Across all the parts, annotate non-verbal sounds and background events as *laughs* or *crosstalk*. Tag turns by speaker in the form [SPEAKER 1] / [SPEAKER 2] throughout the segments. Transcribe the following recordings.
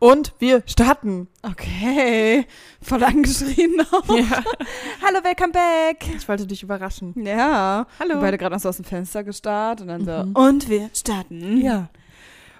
[SPEAKER 1] Und wir starten.
[SPEAKER 2] Okay, voll angeschrien auch.
[SPEAKER 1] Ja.
[SPEAKER 2] Hallo, welcome back.
[SPEAKER 1] *laughs* Ich wollte dich überraschen.
[SPEAKER 2] Ja,
[SPEAKER 1] Hallo.
[SPEAKER 2] wir beide gerade noch so aus dem Fenster gestarrt und dann so.
[SPEAKER 1] Mhm.
[SPEAKER 2] Und wir starten.
[SPEAKER 1] Ja.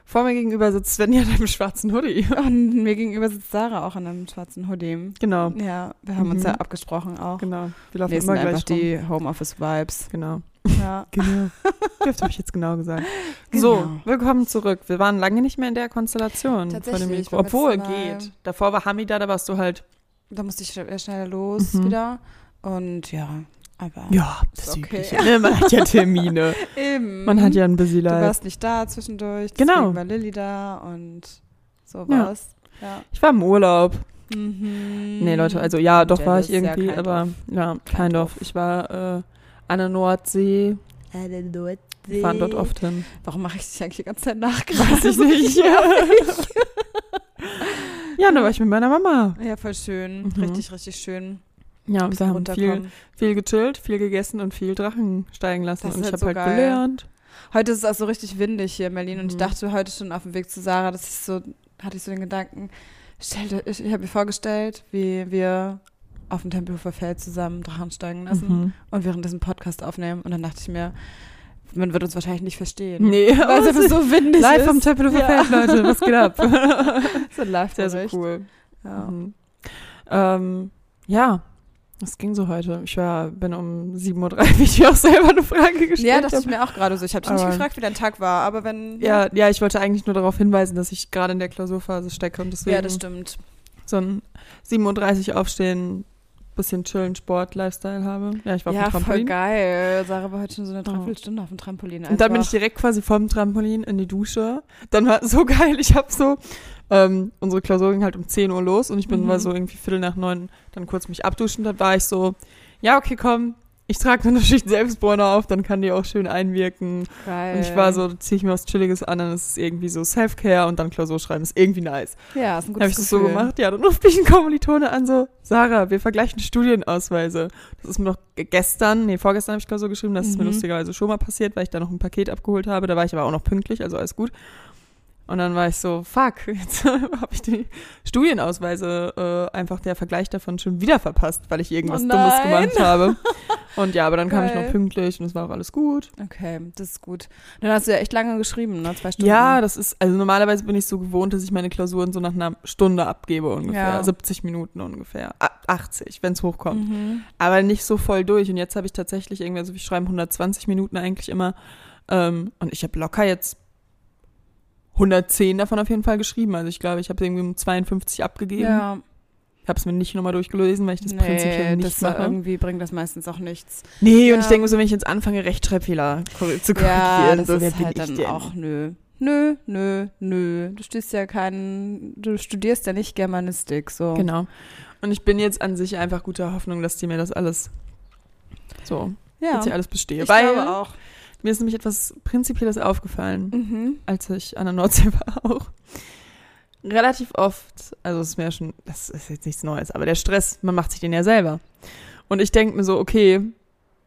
[SPEAKER 1] Vor mir gegenüber sitzt Svenja in einem schwarzen Hoodie.
[SPEAKER 2] Und mir gegenüber sitzt Sarah auch in einem schwarzen Hoodie.
[SPEAKER 1] Genau.
[SPEAKER 2] Ja, wir haben uns
[SPEAKER 1] Mhm.
[SPEAKER 2] ja abgesprochen auch.
[SPEAKER 1] Genau. Wir
[SPEAKER 2] Wir
[SPEAKER 1] laufen
[SPEAKER 2] sind
[SPEAKER 1] immer gleich
[SPEAKER 2] einfach
[SPEAKER 1] rum.
[SPEAKER 2] die Homeoffice-Vibes.
[SPEAKER 1] Genau.
[SPEAKER 2] Ja.
[SPEAKER 1] Genau. *laughs* das habe ich jetzt genau gesagt.
[SPEAKER 2] Genau.
[SPEAKER 1] So, willkommen zurück. Wir waren lange nicht mehr in der Konstellation vor dem
[SPEAKER 2] Tatsächlich,
[SPEAKER 1] Mikro.
[SPEAKER 2] beim
[SPEAKER 1] Obwohl,
[SPEAKER 2] letzten Mal.
[SPEAKER 1] geht. Davor war Hamida, da warst du halt.
[SPEAKER 2] *laughs* Da musste ich schnell- schneller los
[SPEAKER 1] Mhm.
[SPEAKER 2] wieder. Und ja, aber.
[SPEAKER 1] Ja,
[SPEAKER 2] das Übliche,
[SPEAKER 1] *laughs* Ne? Man hat ja Termine.
[SPEAKER 2] Eben.
[SPEAKER 1] Man hat ja ein busy
[SPEAKER 2] Du
[SPEAKER 1] life.
[SPEAKER 2] warst nicht da zwischendurch.
[SPEAKER 1] Genau.
[SPEAKER 2] deswegen war Lilly da und so
[SPEAKER 1] Ja.
[SPEAKER 2] war's. Ja.
[SPEAKER 1] Ich war im Urlaub.
[SPEAKER 2] Mhm.
[SPEAKER 1] Nee, Leute, also ja, doch war ich
[SPEAKER 2] Jealous, ja,
[SPEAKER 1] irgendwie,
[SPEAKER 2] kind
[SPEAKER 1] aber ja, kind of. Ich war äh, an der Nordsee. Wir fahren dort oft hin.
[SPEAKER 2] Warum mache ich dich eigentlich die ganze Zeit nach?
[SPEAKER 1] Weiß *laughs* ich nicht. ja, da war ich mit meiner Mama.
[SPEAKER 2] *laughs* Ja, voll schön.
[SPEAKER 1] Mhm.
[SPEAKER 2] Richtig, richtig schön.
[SPEAKER 1] Ja,
[SPEAKER 2] Bisschen
[SPEAKER 1] wir haben viel,
[SPEAKER 2] runterkommen.
[SPEAKER 1] viel gechillt, viel gegessen und viel Drachen steigen lassen.
[SPEAKER 2] Das ist
[SPEAKER 1] und ich habe
[SPEAKER 2] halt so
[SPEAKER 1] halt
[SPEAKER 2] geil.
[SPEAKER 1] gelernt.
[SPEAKER 2] Heute ist es auch so richtig windig hier in Berlin und ich
[SPEAKER 1] Mhm.
[SPEAKER 2] dachte heute schon auf dem Weg zu Sarah, das ist so, hatte ich so den Gedanken, stell dir, ich, ich habe mir vorgestellt, wie wir auf dem Tempelhofer Feld zusammen Drachen steigen lassen
[SPEAKER 1] Mhm.
[SPEAKER 2] und währenddessen Podcast aufnehmen und dann dachte ich mir, man wird uns wahrscheinlich nicht verstehen.
[SPEAKER 1] Nee,
[SPEAKER 2] Weil es einfach so windig
[SPEAKER 1] live
[SPEAKER 2] ist.
[SPEAKER 1] vom Tempelhofer
[SPEAKER 2] Ja.
[SPEAKER 1] Feld, Leute. Was geht ab?
[SPEAKER 2] *laughs* so live
[SPEAKER 1] Sehr, sehr cool.
[SPEAKER 2] Ja.
[SPEAKER 1] Mhm. Ähm, ja, was ging so heute? Ich war, bin um 7.03 Uhr, *laughs* wie ich dir auch selber eine Frage gestellt
[SPEAKER 2] ja, dachte
[SPEAKER 1] habe.
[SPEAKER 2] ich mir auch gerade so. Ich habe dich nicht
[SPEAKER 1] Aber-
[SPEAKER 2] gefragt, wie dein Tag war, aber wenn.
[SPEAKER 1] Ja, ja, ich wollte eigentlich nur darauf hinweisen, dass ich gerade in der Klausurphase stecke und deswegen
[SPEAKER 2] ja das stimmt.
[SPEAKER 1] so ein 37 aufstehen, bisschen chillen, Sport, Lifestyle habe. Ja, ich war auf
[SPEAKER 2] Ja,
[SPEAKER 1] dem
[SPEAKER 2] voll
[SPEAKER 1] Trampolin. Oh.
[SPEAKER 2] geil. Sarah war heute schon so eine Dreiviertelstunde auf dem Trampolin.
[SPEAKER 1] Und dann bin ich direkt quasi vom Trampolin in die Dusche. Dann war *laughs* so geil, ich habe so, ähm, unsere Klausur ging halt um 10 Uhr los und ich bin
[SPEAKER 2] Mhm.
[SPEAKER 1] mal so irgendwie Viertel nach neun dann kurz mich abduschen. Dann war ich so, ja, okay, komm, ich trage mir *laughs* eine Schicht Selbstbräuner auf, dann kann die auch schön einwirken.
[SPEAKER 2] einfach geil.
[SPEAKER 1] Und ich war so, ziehe ich mir was Chilliges an, dann ist es irgendwie so Self-Care und dann Klausur schreiben, ist irgendwie nice.
[SPEAKER 2] Ja, ist ein gutes
[SPEAKER 1] Habe ich das so
[SPEAKER 2] Gefühl.
[SPEAKER 1] gemacht? Ja, dann ruft mich ein Kommilitone an, so, Sarah, wir vergleichen Studienausweise. Das ist mir noch ge- gestern, nee, vorgestern habe ich Klausur geschrieben, das ist mir
[SPEAKER 2] Mhm.
[SPEAKER 1] lustigerweise schon mal passiert, weil ich da noch ein Paket abgeholt habe. Da war ich aber auch noch pünktlich, also alles gut. Und dann war ich so, fuck, *laughs* jetzt habe ich die Studienausweise äh, einfach der Vergleich davon schon wieder verpasst, weil ich irgendwas
[SPEAKER 2] Oh
[SPEAKER 1] Dummes
[SPEAKER 2] nein.
[SPEAKER 1] gemacht
[SPEAKER 2] *laughs*
[SPEAKER 1] habe. Und ja, aber dann kam ich
[SPEAKER 2] Geil.
[SPEAKER 1] noch pünktlich und es war auch alles gut.
[SPEAKER 2] Okay, das ist gut. Dann hast du ja echt lange geschrieben, ne? Zwei Stunden.
[SPEAKER 1] Ja, das ist, also normalerweise bin ich so gewohnt, dass ich meine Klausuren so nach einer Stunde abgebe ungefähr.
[SPEAKER 2] Ja.
[SPEAKER 1] 70 Minuten ungefähr. A- 80, wenn es hochkommt.
[SPEAKER 2] Mhm.
[SPEAKER 1] Aber nicht so voll durch. Und jetzt habe ich tatsächlich irgendwie, also ich schreibe 120 Minuten eigentlich immer. Ähm, und ich habe locker jetzt 110 davon auf jeden Fall geschrieben. Also ich glaube, ich habe irgendwie um 52 abgegeben.
[SPEAKER 2] Ja,
[SPEAKER 1] Ich habe es mir nicht nochmal durchgelesen, weil ich das prinzipiell nicht
[SPEAKER 2] das
[SPEAKER 1] mache.
[SPEAKER 2] irgendwie bringt das meistens
[SPEAKER 1] *laughs*
[SPEAKER 2] auch nichts.
[SPEAKER 1] Nee, und
[SPEAKER 2] Ja.
[SPEAKER 1] ich denke mir so, wenn ich jetzt anfange, Rechtschreibfehler korre- zu korrigieren,
[SPEAKER 2] Ja, das
[SPEAKER 1] so, also wer
[SPEAKER 2] ist
[SPEAKER 1] bin
[SPEAKER 2] halt
[SPEAKER 1] ich
[SPEAKER 2] dann
[SPEAKER 1] denn?
[SPEAKER 2] auch nö. Nö, nö, nö. Du studierst ja keinen, du studierst ja nicht Germanistik, so.
[SPEAKER 1] Genau. Und ich bin jetzt an sich einfach guter Hoffnung, dass die mir das alles so,
[SPEAKER 2] Ja,
[SPEAKER 1] jetzt hier alles bestehe.
[SPEAKER 2] ich
[SPEAKER 1] Weil
[SPEAKER 2] glaube auch.
[SPEAKER 1] mir ist nämlich etwas Prinzipielles aufgefallen,
[SPEAKER 2] Mhm.
[SPEAKER 1] als ich an der Nordsee *laughs* war auch. Relativ oft, also es ist mir ja schon, das ist jetzt nichts Neues, aber der Stress, man macht sich den ja selber. Und ich denke mir so, okay,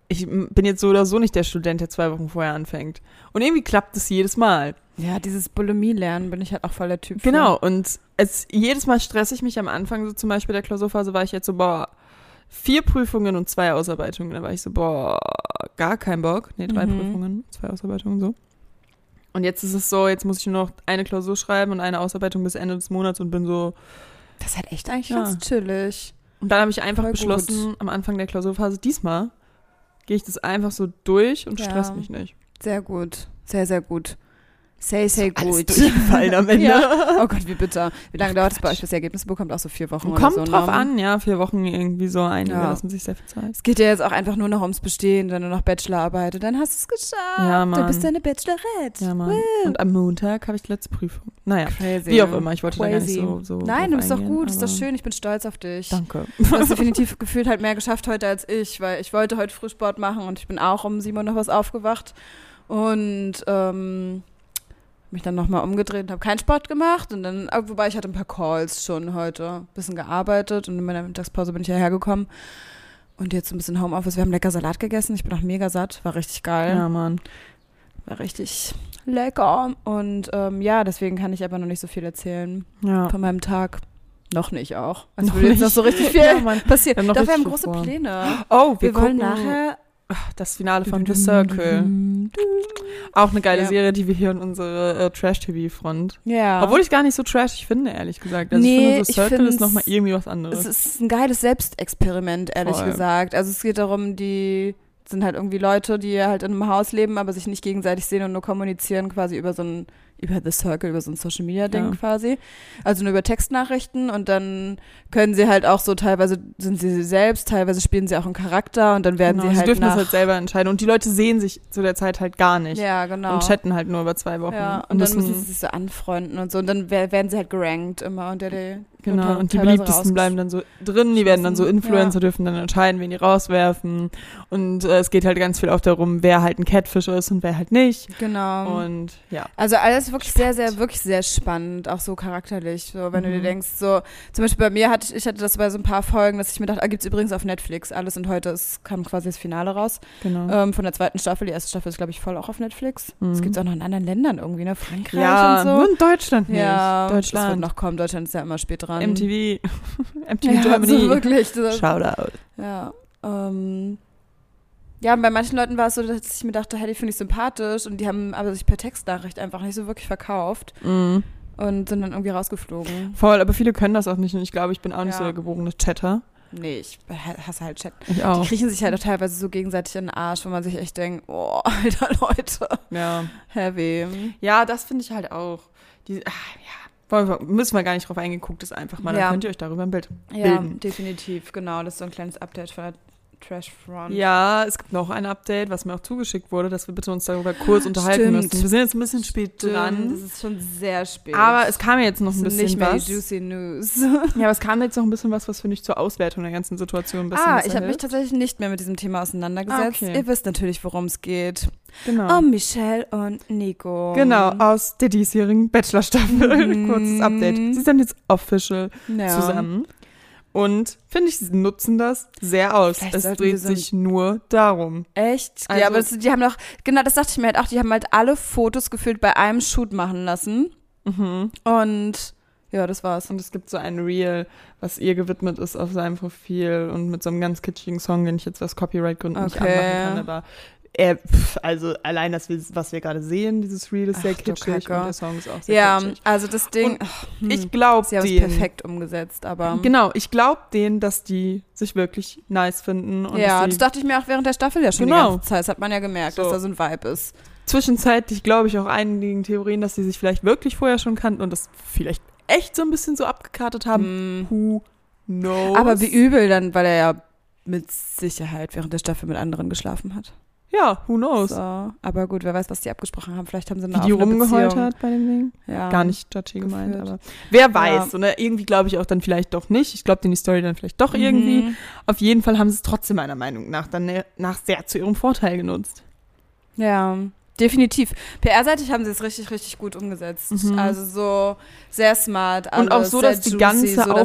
[SPEAKER 1] ich m- bin jetzt so oder so nicht der Student, der zwei Wochen vorher anfängt. Und irgendwie klappt es jedes Mal.
[SPEAKER 2] Ja, dieses Bulimie-Lernen bin ich halt auch voll der Typ. für.
[SPEAKER 1] Genau, und es, jedes Mal stresse ich mich am Anfang, so zum Beispiel der Klausurphase, war ich jetzt so, boah, vier Prüfungen und zwei Ausarbeitungen. Da war ich so, boah, gar kein Bock. Nee, drei
[SPEAKER 2] Mhm.
[SPEAKER 1] Prüfungen, zwei Ausarbeitungen, so. Und jetzt ist es so, jetzt muss ich nur noch eine Klausur schreiben und eine Ausarbeitung bis Ende des Monats und bin so.
[SPEAKER 2] Das ist halt echt eigentlich
[SPEAKER 1] Ja.
[SPEAKER 2] ganz chillig.
[SPEAKER 1] Und dann habe ich einfach
[SPEAKER 2] Voll gut.
[SPEAKER 1] beschlossen, am Anfang der Klausurphase, diesmal gehe ich das einfach so durch und
[SPEAKER 2] Ja.
[SPEAKER 1] stress mich nicht.
[SPEAKER 2] Sehr gut. Sehr, sehr gut. Say, say
[SPEAKER 1] Alles
[SPEAKER 2] gut.
[SPEAKER 1] durchgefallen
[SPEAKER 2] *laughs*
[SPEAKER 1] am Ende.
[SPEAKER 2] ja.
[SPEAKER 1] *laughs*
[SPEAKER 2] Oh Gott, wie bitter. Wie lange dauert es bei
[SPEAKER 1] Quatsch.
[SPEAKER 2] euch, bis ihr Ergebnisse bekommt? Auch so vier Wochen
[SPEAKER 1] Kommt
[SPEAKER 2] oder so.
[SPEAKER 1] drauf
[SPEAKER 2] ne?
[SPEAKER 1] an, ja, vier Wochen irgendwie so, einige
[SPEAKER 2] Ja.
[SPEAKER 1] lassen sich sehr viel Zeit.
[SPEAKER 2] Es geht ja jetzt auch einfach nur noch ums Bestehen, wenn du noch Bachelorarbeit und dann hast du es geschafft.
[SPEAKER 1] Ja,
[SPEAKER 2] du
[SPEAKER 1] Mann.
[SPEAKER 2] bist eine Bachelorette.
[SPEAKER 1] Ja, Mann. Und am Montag habe ich die letzte Prüfung. Naja,
[SPEAKER 2] Crazy.
[SPEAKER 1] wie auch immer, ich wollte da gar nicht
[SPEAKER 2] Crazy.
[SPEAKER 1] so. so
[SPEAKER 2] Nein, du
[SPEAKER 1] drauf
[SPEAKER 2] bist doch
[SPEAKER 1] eingehen,
[SPEAKER 2] gut, ist doch
[SPEAKER 1] aber
[SPEAKER 2] schön, ich bin stolz auf dich.
[SPEAKER 1] Danke.
[SPEAKER 2] Du
[SPEAKER 1] *laughs*
[SPEAKER 2] hast definitiv gefühlt halt mehr geschafft heute als ich, weil ich wollte heute Frühsport machen und ich bin auch um sieben Uhr noch was aufgewacht und ähm, mich dann nochmal umgedreht und habe keinen Sport gemacht und dann, ah, wobei ich hatte ein paar Calls schon heute, bisschen gearbeitet und in meiner Mittagspause bin ich hierher gekommen und jetzt ein bisschen Homeoffice. Wir haben lecker Salat gegessen, ich bin auch mega satt, war richtig geil.
[SPEAKER 1] Ja, Mann.
[SPEAKER 2] War richtig lecker. Und ähm, ja, deswegen kann ich aber noch nicht so viel erzählen
[SPEAKER 1] Ja.
[SPEAKER 2] von meinem Tag. Noch nicht auch. Also
[SPEAKER 1] Noch
[SPEAKER 2] noch jetzt
[SPEAKER 1] nicht.
[SPEAKER 2] noch
[SPEAKER 1] *laughs*
[SPEAKER 2] so richtig viel
[SPEAKER 1] Ja, Mann.
[SPEAKER 2] passiert.
[SPEAKER 1] Wir haben noch
[SPEAKER 2] Doch, wir haben
[SPEAKER 1] richtig
[SPEAKER 2] große
[SPEAKER 1] viel vor.
[SPEAKER 2] Pläne.
[SPEAKER 1] Oh,
[SPEAKER 2] Wir,
[SPEAKER 1] wir,
[SPEAKER 2] wollen
[SPEAKER 1] gucken
[SPEAKER 2] nachher
[SPEAKER 1] das Finale von The Circle. Auch eine geile
[SPEAKER 2] Ja.
[SPEAKER 1] Serie, die wir hier in unsere äh, Trash-TV-Front.
[SPEAKER 2] Ja.
[SPEAKER 1] Obwohl ich gar nicht so trashig finde, ehrlich gesagt. Also
[SPEAKER 2] Nee,
[SPEAKER 1] ich finde, so
[SPEAKER 2] ich
[SPEAKER 1] Circle
[SPEAKER 2] find's-
[SPEAKER 1] ist nochmal irgendwie was
[SPEAKER 2] es
[SPEAKER 1] anderes.
[SPEAKER 2] ist ein geiles Selbstexperiment, ehrlich
[SPEAKER 1] äh, Voll.
[SPEAKER 2] gesagt. Also es geht darum, die sind halt irgendwie Leute, die halt in einem Haus leben, aber sich nicht gegenseitig sehen und nur kommunizieren, quasi über so ein, über The Circle, über so ein Social Media Ding
[SPEAKER 1] Ja.
[SPEAKER 2] quasi. Also nur über Textnachrichten und dann können sie halt auch so teilweise sind sie sie selbst, teilweise spielen sie auch einen Charakter und dann werden
[SPEAKER 1] Genau,
[SPEAKER 2] sie halt
[SPEAKER 1] dürfen
[SPEAKER 2] nach,
[SPEAKER 1] das halt selber entscheiden. Und die Leute sehen sich zu der Zeit halt gar nicht.
[SPEAKER 2] ja genau
[SPEAKER 1] Und chatten halt nur über zwei Wochen.
[SPEAKER 2] ja, und, dann müssen sie sich so anfreunden und so und dann wer- werden sie halt gerankt immer und der, der
[SPEAKER 1] Genau,
[SPEAKER 2] dann
[SPEAKER 1] und die
[SPEAKER 2] teilweise
[SPEAKER 1] beliebtesten
[SPEAKER 2] rausges-
[SPEAKER 1] bleiben dann so drin, die werden dann so
[SPEAKER 2] Schmissen,
[SPEAKER 1] Influencer, dürfen dann entscheiden, wen die rauswerfen. Und äh, es geht halt ganz viel auch darum, wer halt ein Catfish ist und wer halt nicht.
[SPEAKER 2] genau
[SPEAKER 1] Und ja.
[SPEAKER 2] Also alles wirklich sehr, sehr, wirklich sehr spannend, auch so charakterlich. So, wenn du dir
[SPEAKER 1] Mhm.
[SPEAKER 2] denkst, so zum Beispiel bei mir hatte ich, ich hatte das bei so ein paar Folgen, dass ich mir dachte, ah, gibt's übrigens auf Netflix alles und heute ist, kam quasi das Finale raus
[SPEAKER 1] Genau.
[SPEAKER 2] ähm, von der zweiten Staffel. Die erste Staffel ist, glaube ich, voll auch auf Netflix.
[SPEAKER 1] Mhm.
[SPEAKER 2] Das gibt's auch noch in anderen Ländern irgendwie, ne? Frankreich
[SPEAKER 1] ja,
[SPEAKER 2] und so.
[SPEAKER 1] nur in Deutschland nicht.
[SPEAKER 2] ja, Das wird
[SPEAKER 1] Deutschland.
[SPEAKER 2] noch kommen. Deutschland ist ja immer spät dran.
[SPEAKER 1] MTV. *laughs* MTV
[SPEAKER 2] Ja, Also
[SPEAKER 1] Germany. *laughs*
[SPEAKER 2] wirklich. Das,
[SPEAKER 1] Shoutout.
[SPEAKER 2] ja. Ähm, ja, und bei manchen Leuten war es so, dass ich mir dachte, hey, die finde ich sympathisch und die haben aber sich per Textnachricht einfach nicht so wirklich verkauft.
[SPEAKER 1] Mhm.
[SPEAKER 2] Und sind dann irgendwie rausgeflogen.
[SPEAKER 1] Voll, aber viele können das auch nicht und ich glaube, ich bin auch nicht
[SPEAKER 2] Ja.
[SPEAKER 1] so der geborene Chatter.
[SPEAKER 2] Nee, ich ha- hasse halt Chat.
[SPEAKER 1] Ich
[SPEAKER 2] Die
[SPEAKER 1] auch.
[SPEAKER 2] kriechen sich halt auch teilweise so gegenseitig in den Arsch, wo man sich echt denkt, oh, *laughs* alter Leute,
[SPEAKER 1] Ja.
[SPEAKER 2] heavy.
[SPEAKER 1] Ja, das finde ich halt auch. Die, ach, ja. Wollen wir- Müssen wir gar nicht drauf eingehen, guckt es einfach mal,
[SPEAKER 2] Ja.
[SPEAKER 1] dann könnt ihr euch darüber ein Bild
[SPEAKER 2] Ja,
[SPEAKER 1] Bilden.
[SPEAKER 2] definitiv, genau. Das ist so ein kleines Update von der Trash Front.
[SPEAKER 1] Ja, es gibt noch ein Update, was mir auch zugeschickt wurde, dass wir bitte uns darüber kurz unterhalten
[SPEAKER 2] Stimmt.
[SPEAKER 1] müssen. Ah, Wir sind jetzt ein bisschen spät
[SPEAKER 2] Dran. Das
[SPEAKER 1] dran.
[SPEAKER 2] ist schon sehr spät.
[SPEAKER 1] Aber es kam ja jetzt noch
[SPEAKER 2] Das
[SPEAKER 1] ein
[SPEAKER 2] sind
[SPEAKER 1] bisschen
[SPEAKER 2] nicht mehr
[SPEAKER 1] was.
[SPEAKER 2] die Juicy News.
[SPEAKER 1] Ja, aber es kam jetzt noch ein bisschen was, was für dich zur Auswertung der ganzen Situation ein bisschen
[SPEAKER 2] Ah,
[SPEAKER 1] besser
[SPEAKER 2] ich habe mich
[SPEAKER 1] hilft.
[SPEAKER 2] tatsächlich nicht mehr mit diesem Thema auseinandergesetzt.
[SPEAKER 1] Ah, okay.
[SPEAKER 2] Ihr wisst natürlich, worum es geht.
[SPEAKER 1] genau.
[SPEAKER 2] Um Michelle und Nico.
[SPEAKER 1] Genau, aus der diesjährigen Bachelor-Staffel. *laughs*
[SPEAKER 2] Mhm.
[SPEAKER 1] Kurzes Update. Sie sind jetzt official
[SPEAKER 2] Ja.
[SPEAKER 1] zusammen. Und finde ich, sie nutzen das sehr aus.
[SPEAKER 2] Vielleicht
[SPEAKER 1] es
[SPEAKER 2] sollten
[SPEAKER 1] dreht
[SPEAKER 2] wir so ein-
[SPEAKER 1] sich nur darum.
[SPEAKER 2] Echt?
[SPEAKER 1] Also-
[SPEAKER 2] ja, aber das, die haben doch, genau, das dachte ich mir halt auch, die haben halt alle Fotos gefühlt bei einem Shoot machen lassen.
[SPEAKER 1] Mhm.
[SPEAKER 2] Und ja, das war's.
[SPEAKER 1] Und es gibt so ein Reel, was ihr gewidmet ist auf seinem Profil und mit so einem ganz kitschigen Song, den ich jetzt aus Copyright-Gründen nicht
[SPEAKER 2] Okay.
[SPEAKER 1] anmachen kann, aber äh, pf, also allein das, was wir gerade sehen, dieses Reel ist sehr
[SPEAKER 2] Ach, du
[SPEAKER 1] kitschig
[SPEAKER 2] Kacke.
[SPEAKER 1] und der Song ist auch sehr
[SPEAKER 2] Ja,
[SPEAKER 1] kitschig.
[SPEAKER 2] also das Ding,
[SPEAKER 1] Und
[SPEAKER 2] ach, hm,
[SPEAKER 1] Ich glaube
[SPEAKER 2] sie haben es
[SPEAKER 1] denen,
[SPEAKER 2] perfekt umgesetzt, aber.
[SPEAKER 1] genau, ich glaube denen, dass die sich wirklich nice finden und
[SPEAKER 2] Ja,
[SPEAKER 1] dass
[SPEAKER 2] das
[SPEAKER 1] sie
[SPEAKER 2] dachte ich mir auch während der Staffel ja schon
[SPEAKER 1] Genau.
[SPEAKER 2] die ganze Zeit. Das hat man ja gemerkt,
[SPEAKER 1] So.
[SPEAKER 2] dass da so ein Vibe ist.
[SPEAKER 1] zwischenzeitlich glaube ich auch einigen Theorien, dass sie sich vielleicht wirklich vorher schon kannten und das vielleicht echt so ein bisschen so abgekartet haben.
[SPEAKER 2] Hm.
[SPEAKER 1] Who knows?
[SPEAKER 2] Aber wie übel dann, weil er ja mit Sicherheit während der Staffel mit anderen geschlafen hat.
[SPEAKER 1] Ja, who knows?
[SPEAKER 2] So. Aber gut, wer weiß, was die abgesprochen haben. Vielleicht haben sie eine
[SPEAKER 1] Wie die
[SPEAKER 2] offene
[SPEAKER 1] rumgeheult
[SPEAKER 2] Beziehung.
[SPEAKER 1] hat bei dem Ding.
[SPEAKER 2] Ja.
[SPEAKER 1] gar nicht judgy gemeint,
[SPEAKER 2] geführt.
[SPEAKER 1] aber wer
[SPEAKER 2] Ja.
[SPEAKER 1] weiß. Oder irgendwie glaube ich auch dann vielleicht doch nicht. Ich glaube denen die Story dann vielleicht doch irgendwie.
[SPEAKER 2] Mhm.
[SPEAKER 1] Auf jeden Fall haben sie es trotzdem meiner Meinung nach dann äh, nach sehr zu ihrem Vorteil genutzt.
[SPEAKER 2] Ja, definitiv. PR-seitig haben sie es richtig, richtig gut umgesetzt.
[SPEAKER 1] Mhm.
[SPEAKER 2] Also so sehr smart. Alles,
[SPEAKER 1] Und auch so,
[SPEAKER 2] sehr
[SPEAKER 1] dass die
[SPEAKER 2] juicy,
[SPEAKER 1] ganze
[SPEAKER 2] so, dass die ganze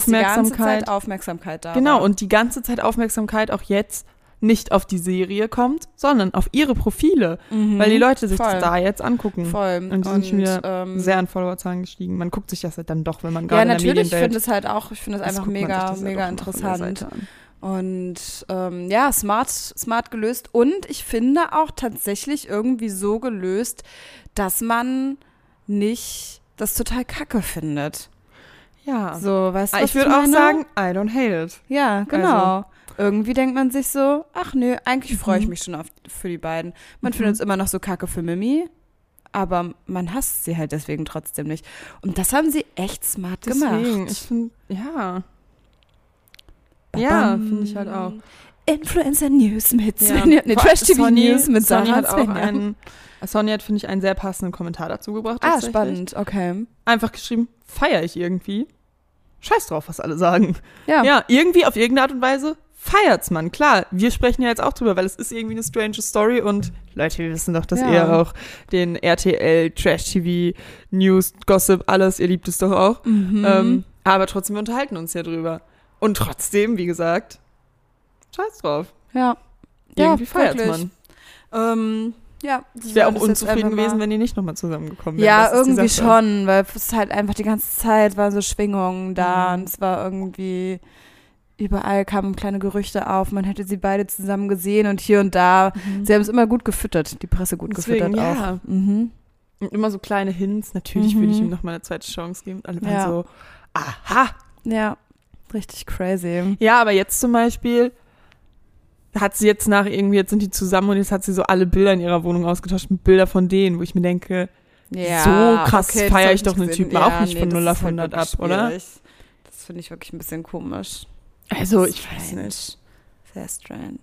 [SPEAKER 1] Aufmerksamkeit-
[SPEAKER 2] Zeit Aufmerksamkeit da
[SPEAKER 1] genau,
[SPEAKER 2] war.
[SPEAKER 1] und die ganze Zeit Aufmerksamkeit auch jetzt nicht auf die Serie kommt, sondern auf ihre Profile,
[SPEAKER 2] Mhm.
[SPEAKER 1] weil die Leute sich
[SPEAKER 2] Voll.
[SPEAKER 1] das da jetzt angucken.
[SPEAKER 2] Voll.
[SPEAKER 1] Und die sind schon wieder
[SPEAKER 2] ähm,
[SPEAKER 1] Sehr an Followerzahlen gestiegen. Man guckt sich das halt dann doch, wenn man gerade
[SPEAKER 2] ja,
[SPEAKER 1] in der
[SPEAKER 2] natürlich. Ich
[SPEAKER 1] Medienwelt
[SPEAKER 2] finde es halt auch, ich finde es
[SPEAKER 1] ist,
[SPEAKER 2] einfach
[SPEAKER 1] guckt man sich
[SPEAKER 2] mega,
[SPEAKER 1] das ja
[SPEAKER 2] mega
[SPEAKER 1] doch mal von der
[SPEAKER 2] interessant.
[SPEAKER 1] Seite an.
[SPEAKER 2] Und ähm, ja, smart, smart gelöst. Und ich finde auch tatsächlich irgendwie so gelöst, dass man nicht das total kacke findet.
[SPEAKER 1] Ja.
[SPEAKER 2] So, weißt du,
[SPEAKER 1] Ah,
[SPEAKER 2] was
[SPEAKER 1] ich würde auch
[SPEAKER 2] meine?
[SPEAKER 1] sagen, also I don't hate it.
[SPEAKER 2] Ja, genau. Irgendwie denkt man sich so, ach nö, eigentlich freue ich mich schon auf, für die beiden. Man
[SPEAKER 1] Mhm.
[SPEAKER 2] findet es immer noch so kacke für Mimi, aber man hasst sie halt deswegen trotzdem nicht. Und das haben sie echt smart
[SPEAKER 1] Deswegen, ich
[SPEAKER 2] gemacht.
[SPEAKER 1] finde, ja. Ja, finde ich halt auch.
[SPEAKER 2] Influencer News mit
[SPEAKER 1] Ja.
[SPEAKER 2] Svenja, nee,
[SPEAKER 1] Vor-
[SPEAKER 2] Trash TV
[SPEAKER 1] Sonny-
[SPEAKER 2] News mit
[SPEAKER 1] Sonny
[SPEAKER 2] Sarah
[SPEAKER 1] hat auch
[SPEAKER 2] Svenja.
[SPEAKER 1] einen, Sonny hat, finde ich, einen sehr passenden Kommentar dazu gebracht.
[SPEAKER 2] Ah,
[SPEAKER 1] tatsächlich.
[SPEAKER 2] spannend, okay.
[SPEAKER 1] Einfach geschrieben, feiere ich irgendwie. Scheiß drauf, was alle sagen.
[SPEAKER 2] Ja,
[SPEAKER 1] Ja. irgendwie auf irgendeine Art und Weise feiert's man. Klar, wir sprechen ja jetzt auch drüber, weil es ist irgendwie eine strange Story und Leute, wir wissen doch, dass
[SPEAKER 2] Ja.
[SPEAKER 1] ihr auch den RTL, Trash TV, News, Gossip, alles, ihr liebt es doch auch.
[SPEAKER 2] Mhm.
[SPEAKER 1] Ähm, aber trotzdem, wir unterhalten uns ja drüber. Und trotzdem, wie gesagt, scheiß drauf.
[SPEAKER 2] ja.
[SPEAKER 1] Irgendwie feiert's
[SPEAKER 2] wirklich.
[SPEAKER 1] man.
[SPEAKER 2] Ähm, Ja,
[SPEAKER 1] Ich wäre auch
[SPEAKER 2] das jetzt
[SPEAKER 1] unzufrieden
[SPEAKER 2] einfach mal-
[SPEAKER 1] gewesen, wenn die nicht nochmal zusammengekommen wären.
[SPEAKER 2] Ja,
[SPEAKER 1] Das ist die
[SPEAKER 2] irgendwie
[SPEAKER 1] Sache.
[SPEAKER 2] schon, weil es halt einfach die ganze Zeit waren so Schwingungen da
[SPEAKER 1] Mhm.
[SPEAKER 2] und es war irgendwie, überall kamen kleine Gerüchte auf, man hätte sie beide zusammen gesehen und hier und da. Sie haben es immer gut gefüttert, die Presse gut
[SPEAKER 1] Mhm. Deswegen,
[SPEAKER 2] gefüttert auch.
[SPEAKER 1] ja.
[SPEAKER 2] Mhm.
[SPEAKER 1] Und immer so kleine Hints. Natürlich würde ich
[SPEAKER 2] Mhm.
[SPEAKER 1] ihm nochmal eine zweite Chance geben. Und alle waren
[SPEAKER 2] Ja.
[SPEAKER 1] so, aha.
[SPEAKER 2] Ja, richtig crazy.
[SPEAKER 1] Ja, aber jetzt zum Beispiel hat sie jetzt nach irgendwie, jetzt sind die zusammen und jetzt hat sie so alle Bilder in ihrer Wohnung ausgetauscht, mit Bilder von denen, wo ich mir denke,
[SPEAKER 2] Ja,
[SPEAKER 1] So krass
[SPEAKER 2] das
[SPEAKER 1] feier
[SPEAKER 2] hab
[SPEAKER 1] ich doch einen
[SPEAKER 2] gesehen.
[SPEAKER 1] Typen auch nicht von
[SPEAKER 2] das
[SPEAKER 1] 0 auf
[SPEAKER 2] ist halt
[SPEAKER 1] 100
[SPEAKER 2] wirklich
[SPEAKER 1] ab, oder?
[SPEAKER 2] schwierig. Das finde ich wirklich ein bisschen komisch.
[SPEAKER 1] also ich weiß
[SPEAKER 2] Strange.
[SPEAKER 1] nicht.
[SPEAKER 2] Sehr strange.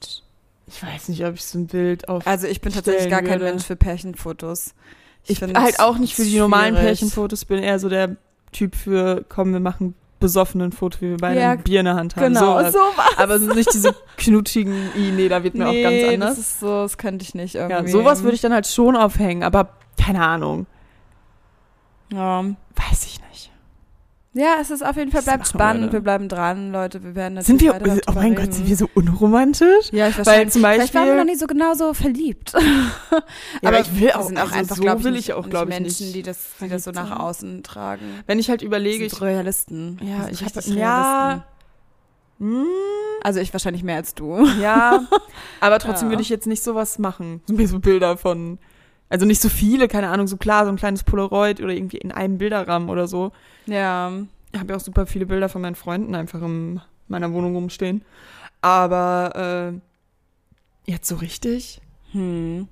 [SPEAKER 1] Ich weiß nicht, ob ich so ein Bild auf.
[SPEAKER 2] Also ich bin tatsächlich
[SPEAKER 1] stellen
[SPEAKER 2] gar kein
[SPEAKER 1] würde.
[SPEAKER 2] Mensch für Pärchenfotos.
[SPEAKER 1] Äh, ich bin
[SPEAKER 2] find
[SPEAKER 1] halt
[SPEAKER 2] das-
[SPEAKER 1] auch nicht für
[SPEAKER 2] das
[SPEAKER 1] die normalen
[SPEAKER 2] schwierig.
[SPEAKER 1] Pärchenfotos, bin eher so der Typ für, komm, wir machen besoffenen Foto, wie wir beide
[SPEAKER 2] Ja,
[SPEAKER 1] ein Bier in der Hand haben. also.
[SPEAKER 2] Genau,
[SPEAKER 1] sowas.
[SPEAKER 2] so was.
[SPEAKER 1] Aber es sind nicht diese knutigen, *laughs* i, nee, da wird mir auch ganz
[SPEAKER 2] Das
[SPEAKER 1] anders.
[SPEAKER 2] ist so, das könnte ich nicht irgendwie.
[SPEAKER 1] Ja, sowas würde ich dann halt schon aufhängen, aber keine Ahnung.
[SPEAKER 2] Ja.
[SPEAKER 1] Weiß ich nicht.
[SPEAKER 2] ja, es ist auf jeden Fall
[SPEAKER 1] Was
[SPEAKER 2] bleibt
[SPEAKER 1] machen
[SPEAKER 2] spannend.
[SPEAKER 1] würde.
[SPEAKER 2] Wir bleiben dran, Leute. Wir werden
[SPEAKER 1] Sind
[SPEAKER 2] natürlich
[SPEAKER 1] wir,
[SPEAKER 2] weiter darüber
[SPEAKER 1] oh mein
[SPEAKER 2] reden.
[SPEAKER 1] Gott, sind wir so unromantisch?
[SPEAKER 2] ja, ich weiß
[SPEAKER 1] Weil
[SPEAKER 2] schon.
[SPEAKER 1] zum
[SPEAKER 2] Vielleicht waren wir noch
[SPEAKER 1] Beispiel.
[SPEAKER 2] nie so genau so *laughs* verliebt.
[SPEAKER 1] Ja, aber ich will
[SPEAKER 2] wir
[SPEAKER 1] auch,
[SPEAKER 2] sind
[SPEAKER 1] also
[SPEAKER 2] einfach,
[SPEAKER 1] so
[SPEAKER 2] glaub
[SPEAKER 1] will
[SPEAKER 2] nicht-
[SPEAKER 1] ich auch,
[SPEAKER 2] nicht
[SPEAKER 1] glaube ich,
[SPEAKER 2] Menschen,
[SPEAKER 1] nicht.
[SPEAKER 2] die das, die das so nach
[SPEAKER 1] verliebt sein.
[SPEAKER 2] außen tragen.
[SPEAKER 1] Wenn ich halt
[SPEAKER 2] Das
[SPEAKER 1] überlege,
[SPEAKER 2] sind
[SPEAKER 1] ich.
[SPEAKER 2] Realisten.
[SPEAKER 1] Ja,
[SPEAKER 2] Das sind
[SPEAKER 1] ich hab-
[SPEAKER 2] richtig
[SPEAKER 1] ja.
[SPEAKER 2] Realisten.
[SPEAKER 1] Hm,
[SPEAKER 2] Also ich wahrscheinlich mehr als du.
[SPEAKER 1] ja, aber trotzdem
[SPEAKER 2] Ja.
[SPEAKER 1] würde ich jetzt nicht sowas machen. Mir so Bilder von. Also nicht so viele, keine Ahnung, so klar, so ein kleines Polaroid oder irgendwie in einem Bilderrahmen oder so.
[SPEAKER 2] Ja.
[SPEAKER 1] Ich habe *laughs* ja auch super viele Bilder von meinen Freunden einfach in meiner Wohnung rumstehen. Aber äh, jetzt so richtig,
[SPEAKER 2] Hm.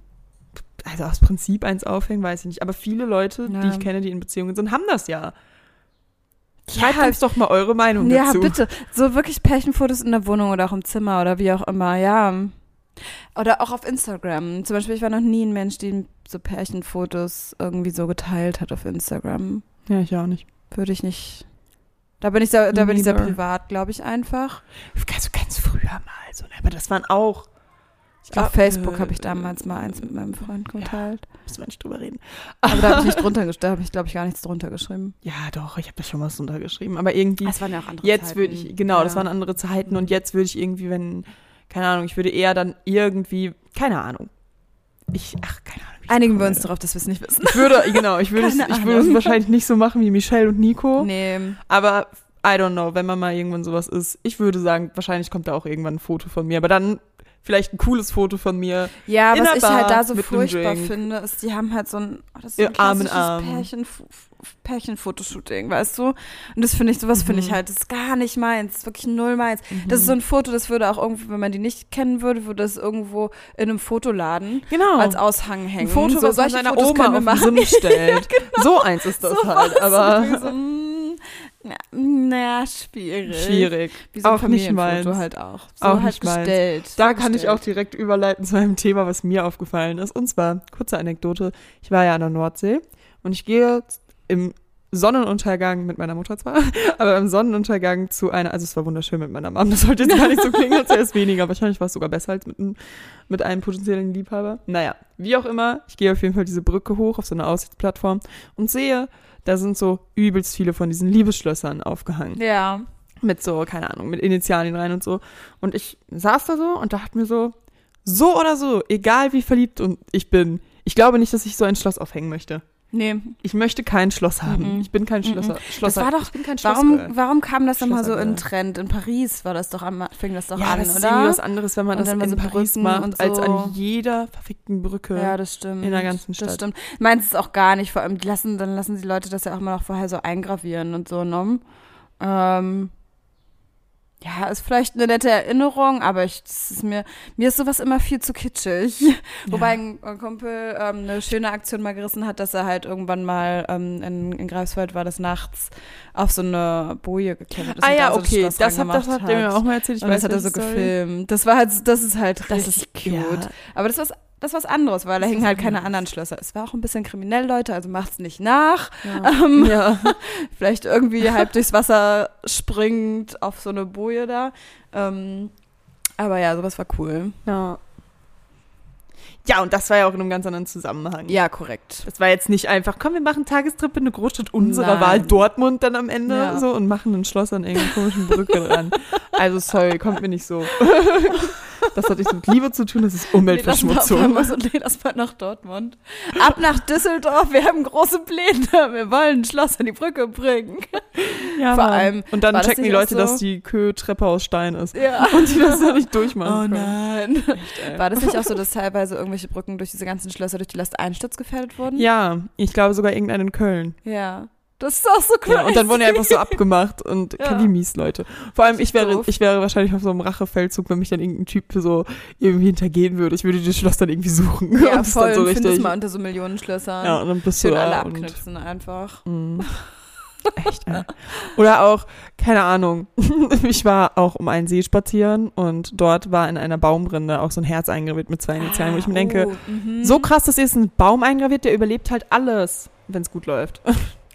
[SPEAKER 1] also aus Prinzip eins aufhängen, weiß ich nicht. Aber viele Leute, die
[SPEAKER 2] Ja.
[SPEAKER 1] ich kenne, die in Beziehungen sind, haben das ja.
[SPEAKER 2] Ja,
[SPEAKER 1] Schreibt uns doch mal eure Meinung
[SPEAKER 2] Ja,
[SPEAKER 1] dazu.
[SPEAKER 2] bitte. So wirklich Pärchenfotos in der Wohnung oder auch im Zimmer oder wie auch immer, ja. Oder auch auf Instagram. Zum Beispiel, ich war noch nie ein Mensch, der so Pärchenfotos irgendwie so geteilt hat auf Instagram.
[SPEAKER 1] Ja, ich auch nicht.
[SPEAKER 2] Würde ich nicht. Da bin ich sehr, da bin ich sehr
[SPEAKER 1] Neither.
[SPEAKER 2] privat, glaube ich, einfach.
[SPEAKER 1] Also ganz früher mal so, ne? aber das waren auch.
[SPEAKER 2] Ich glaube,
[SPEAKER 1] Ah,
[SPEAKER 2] Facebook
[SPEAKER 1] äh,
[SPEAKER 2] habe ich damals mal eins mit meinem Freund geteilt.
[SPEAKER 1] Müssen wir nicht drüber reden.
[SPEAKER 2] Aber da habe ich nicht drunter gesch- da habe ich, glaube ich, gar nichts drunter geschrieben.
[SPEAKER 1] Ja, doch, ich habe da schon was untergeschrieben. Aber irgendwie.
[SPEAKER 2] Das Ah, waren ja auch andere
[SPEAKER 1] Jetzt
[SPEAKER 2] Zeiten.
[SPEAKER 1] würde ich, genau, das
[SPEAKER 2] Ja.
[SPEAKER 1] waren andere Zeiten
[SPEAKER 2] Mhm.
[SPEAKER 1] und jetzt würde ich irgendwie, wenn, keine Ahnung, ich würde eher dann irgendwie, keine Ahnung. Ich, ach, keine Ahnung. wie ich
[SPEAKER 2] Einigen
[SPEAKER 1] kommen
[SPEAKER 2] wir uns
[SPEAKER 1] werde.
[SPEAKER 2] darauf, dass wir es nicht
[SPEAKER 1] *laughs*
[SPEAKER 2] wissen.
[SPEAKER 1] Ich
[SPEAKER 2] *laughs*
[SPEAKER 1] würde, genau, ich würde, es,
[SPEAKER 2] Keine
[SPEAKER 1] ich würde es
[SPEAKER 2] Ahnung.
[SPEAKER 1] wahrscheinlich nicht so machen wie Michelle und Nico,
[SPEAKER 2] Nee.
[SPEAKER 1] aber I don't know, wenn man mal irgendwann sowas ist. Ich würde sagen, wahrscheinlich kommt da auch irgendwann ein Foto von mir, aber dann vielleicht ein cooles Foto von mir.
[SPEAKER 2] Ja,
[SPEAKER 1] In
[SPEAKER 2] was
[SPEAKER 1] der
[SPEAKER 2] ich halt
[SPEAKER 1] Bar
[SPEAKER 2] da so
[SPEAKER 1] mit nem
[SPEAKER 2] furchtbar
[SPEAKER 1] Drink.
[SPEAKER 2] finde, ist, die haben halt so ein, oh, das ist so ein
[SPEAKER 1] Ja, Arm in
[SPEAKER 2] klassisches
[SPEAKER 1] Arm.
[SPEAKER 2] Pärchen, Pärchenfotoshooting, weißt du? Und das finde ich, sowas finde ich
[SPEAKER 1] Mhm.
[SPEAKER 2] halt, das ist gar nicht meins, das ist wirklich null meins. Das ist so ein Foto, das würde auch irgendwo, wenn man die nicht kennen würde, würde das irgendwo in einem Fotoladen
[SPEAKER 1] Genau.
[SPEAKER 2] als Aushang hängen.
[SPEAKER 1] ein Foto,
[SPEAKER 2] so,
[SPEAKER 1] was man
[SPEAKER 2] solche
[SPEAKER 1] seiner
[SPEAKER 2] Fotos
[SPEAKER 1] Oma
[SPEAKER 2] können wir
[SPEAKER 1] auf den
[SPEAKER 2] machen. genau.
[SPEAKER 1] Sims stellt. So eins ist das
[SPEAKER 2] *laughs* So
[SPEAKER 1] halt,
[SPEAKER 2] was. Und ich
[SPEAKER 1] aber
[SPEAKER 2] bin so, mm, na, na, schwierig.
[SPEAKER 1] schwierig.
[SPEAKER 2] Wie so ein
[SPEAKER 1] Auch nicht
[SPEAKER 2] Familienfoto
[SPEAKER 1] meins.
[SPEAKER 2] halt auch. So
[SPEAKER 1] Auch
[SPEAKER 2] halt
[SPEAKER 1] nicht meins.
[SPEAKER 2] gestellt.
[SPEAKER 1] Da
[SPEAKER 2] so
[SPEAKER 1] kann ich
[SPEAKER 2] gestellt.
[SPEAKER 1] auch direkt überleiten zu einem Thema, was mir aufgefallen ist. Und zwar, kurze Anekdote, ich war ja an der Nordsee und ich gehe im Sonnenuntergang mit meiner Mutter zwar, *laughs* aber im Sonnenuntergang zu einer, also es war wunderschön mit meiner Mom, das sollte jetzt gar nicht so klingen, als wäre es weniger. Wahrscheinlich war es sogar besser als mit, einem- mit einem potenziellen Liebhaber. Naja, wie auch immer, ich gehe auf jeden Fall diese Brücke hoch auf so eine Aussichtsplattform und sehe, da sind so übelst viele von diesen Liebesschlössern aufgehangen
[SPEAKER 2] Ja.
[SPEAKER 1] mit so, keine Ahnung, mit Initialien rein und so. Und ich saß da so und dachte mir so, so oder so, egal wie verliebt und ich bin, ich glaube nicht, dass ich so ein Schloss aufhängen möchte.
[SPEAKER 2] Nee,
[SPEAKER 1] Ich möchte kein Schloss haben.
[SPEAKER 2] Mhm.
[SPEAKER 1] Ich bin kein
[SPEAKER 2] Mhm.
[SPEAKER 1] Schlosser. Schlosser.
[SPEAKER 2] war doch-
[SPEAKER 1] ich bin kein Schloss.
[SPEAKER 2] Warum, warum kam das dann mal so in
[SPEAKER 1] Schlossergirl.
[SPEAKER 2] Trend? In Paris war das doch am, fing das doch
[SPEAKER 1] ja,
[SPEAKER 2] an,
[SPEAKER 1] das ist irgendwie
[SPEAKER 2] oder?
[SPEAKER 1] was anderes, wenn man
[SPEAKER 2] Und
[SPEAKER 1] das
[SPEAKER 2] dann mal
[SPEAKER 1] in
[SPEAKER 2] so
[SPEAKER 1] Paris
[SPEAKER 2] Brücken
[SPEAKER 1] macht,
[SPEAKER 2] und
[SPEAKER 1] als
[SPEAKER 2] so.
[SPEAKER 1] an jeder verfickten Brücke.
[SPEAKER 2] ja, das stimmt.
[SPEAKER 1] in der ganzen Stadt.
[SPEAKER 2] Das stimmt. Meinst es auch gar nicht, vor allem die lassen, dann lassen die Leute das ja auch mal noch vorher so eingravieren und so genommen. Ähm, ja, ist vielleicht eine nette Erinnerung, aber ich, das ist mir, mir ist sowas immer viel zu kitschig. *laughs* Wobei ein ein Kumpel ähm, eine schöne Aktion mal gerissen hat, dass er halt irgendwann mal ähm, in, in Greifswald war, das nachts auf so eine Boje geklettert ist.
[SPEAKER 1] ah
[SPEAKER 2] und da
[SPEAKER 1] ja,
[SPEAKER 2] so
[SPEAKER 1] okay,
[SPEAKER 2] Schloss
[SPEAKER 1] das, hat,
[SPEAKER 2] reingemacht
[SPEAKER 1] das habt ihr mir auch mal erzählt. Ich
[SPEAKER 2] und
[SPEAKER 1] weiß
[SPEAKER 2] das hat er
[SPEAKER 1] die
[SPEAKER 2] so
[SPEAKER 1] Story.
[SPEAKER 2] gefilmt. Das war halt, das ist halt
[SPEAKER 1] Das
[SPEAKER 2] richtig
[SPEAKER 1] ist
[SPEAKER 2] cute.
[SPEAKER 1] cute.
[SPEAKER 2] Aber das war das was anderes, weil da
[SPEAKER 1] Das
[SPEAKER 2] hingen
[SPEAKER 1] ist
[SPEAKER 2] halt keine
[SPEAKER 1] anders.
[SPEAKER 2] anderen Schlösser. Es war auch ein bisschen kriminell, Leute, also macht's nicht nach.
[SPEAKER 1] Ja.
[SPEAKER 2] Ähm,
[SPEAKER 1] ja.
[SPEAKER 2] Vielleicht irgendwie halb durchs Wasser springend auf so eine Boje da. Ähm, aber ja, sowas war cool.
[SPEAKER 1] *laughs* ja. Ja, und das war ja auch in einem ganz anderen Zusammenhang.
[SPEAKER 2] Ja, korrekt.
[SPEAKER 1] Das war jetzt nicht einfach, komm, wir machen einen Tagestrip in eine Großstadt unserer
[SPEAKER 2] Nein.
[SPEAKER 1] Wahl, Dortmund dann am Ende
[SPEAKER 2] Ja.
[SPEAKER 1] so
[SPEAKER 2] *laughs*
[SPEAKER 1] und machen ein Schloss an irgendeiner komischen Brücke dran. Also sorry, kommt mir nicht so. *laughs* Das hat nichts mit Liebe zu tun, das ist
[SPEAKER 2] Lenas war auf
[SPEAKER 1] Umweltverschmutzung.
[SPEAKER 2] Hamburg und Lenas war nach Dortmund. Ab nach Düsseldorf, wir haben große Pläne. Wir wollen ein Schloss an die Brücke bringen.
[SPEAKER 1] Ja,
[SPEAKER 2] Vor
[SPEAKER 1] Mann.
[SPEAKER 2] allem
[SPEAKER 1] Und dann
[SPEAKER 2] war das
[SPEAKER 1] checken die
[SPEAKER 2] nicht auch
[SPEAKER 1] Leute,
[SPEAKER 2] so?
[SPEAKER 1] dass die Kö-Treppe aus Stein ist. *laughs*
[SPEAKER 2] Ja.
[SPEAKER 1] Und die das noch nicht
[SPEAKER 2] Oh
[SPEAKER 1] durchmachen können.
[SPEAKER 2] nein.
[SPEAKER 1] ey.
[SPEAKER 2] War das
[SPEAKER 1] *laughs*
[SPEAKER 2] nicht auch so, dass teilweise irgendwelche Brücken durch diese ganzen Schlösser durch die Last Einsturz gefährdet wurden?
[SPEAKER 1] Ja, ich glaube sogar irgendeinen in Köln.
[SPEAKER 2] Ja. Das ist auch so cool.
[SPEAKER 1] Ja, und dann wurden die einfach so abgemacht und
[SPEAKER 2] Ja.
[SPEAKER 1] wie mies, Leute. Vor allem, ich wäre,
[SPEAKER 2] Doof.
[SPEAKER 1] ich wäre wahrscheinlich auf so einem Rachefeldzug, wenn mich dann irgendein Typ so irgendwie hintergehen würde. Ich würde das Schloss dann irgendwie suchen. *laughs* Und
[SPEAKER 2] *laughs* ja,
[SPEAKER 1] es
[SPEAKER 2] voll.
[SPEAKER 1] dann so
[SPEAKER 2] und findest
[SPEAKER 1] richtig.
[SPEAKER 2] mal unter so Millionenschlössern.
[SPEAKER 1] Ja, und dann bist
[SPEAKER 2] Schön
[SPEAKER 1] du
[SPEAKER 2] alle
[SPEAKER 1] da und
[SPEAKER 2] abknipsen einfach. *laughs*
[SPEAKER 1] Mm. Echt, ey. Oder auch, keine Ahnung, *laughs* ich war auch um einen See spazieren und dort war in einer Baumrinde auch so ein Herz eingraviert mit zwei Initialen, wo ich mir denke,
[SPEAKER 2] oh, mhm.
[SPEAKER 1] so krass, das ist ein Baum eingraviert, der überlebt halt alles, wenn es gut läuft. *laughs*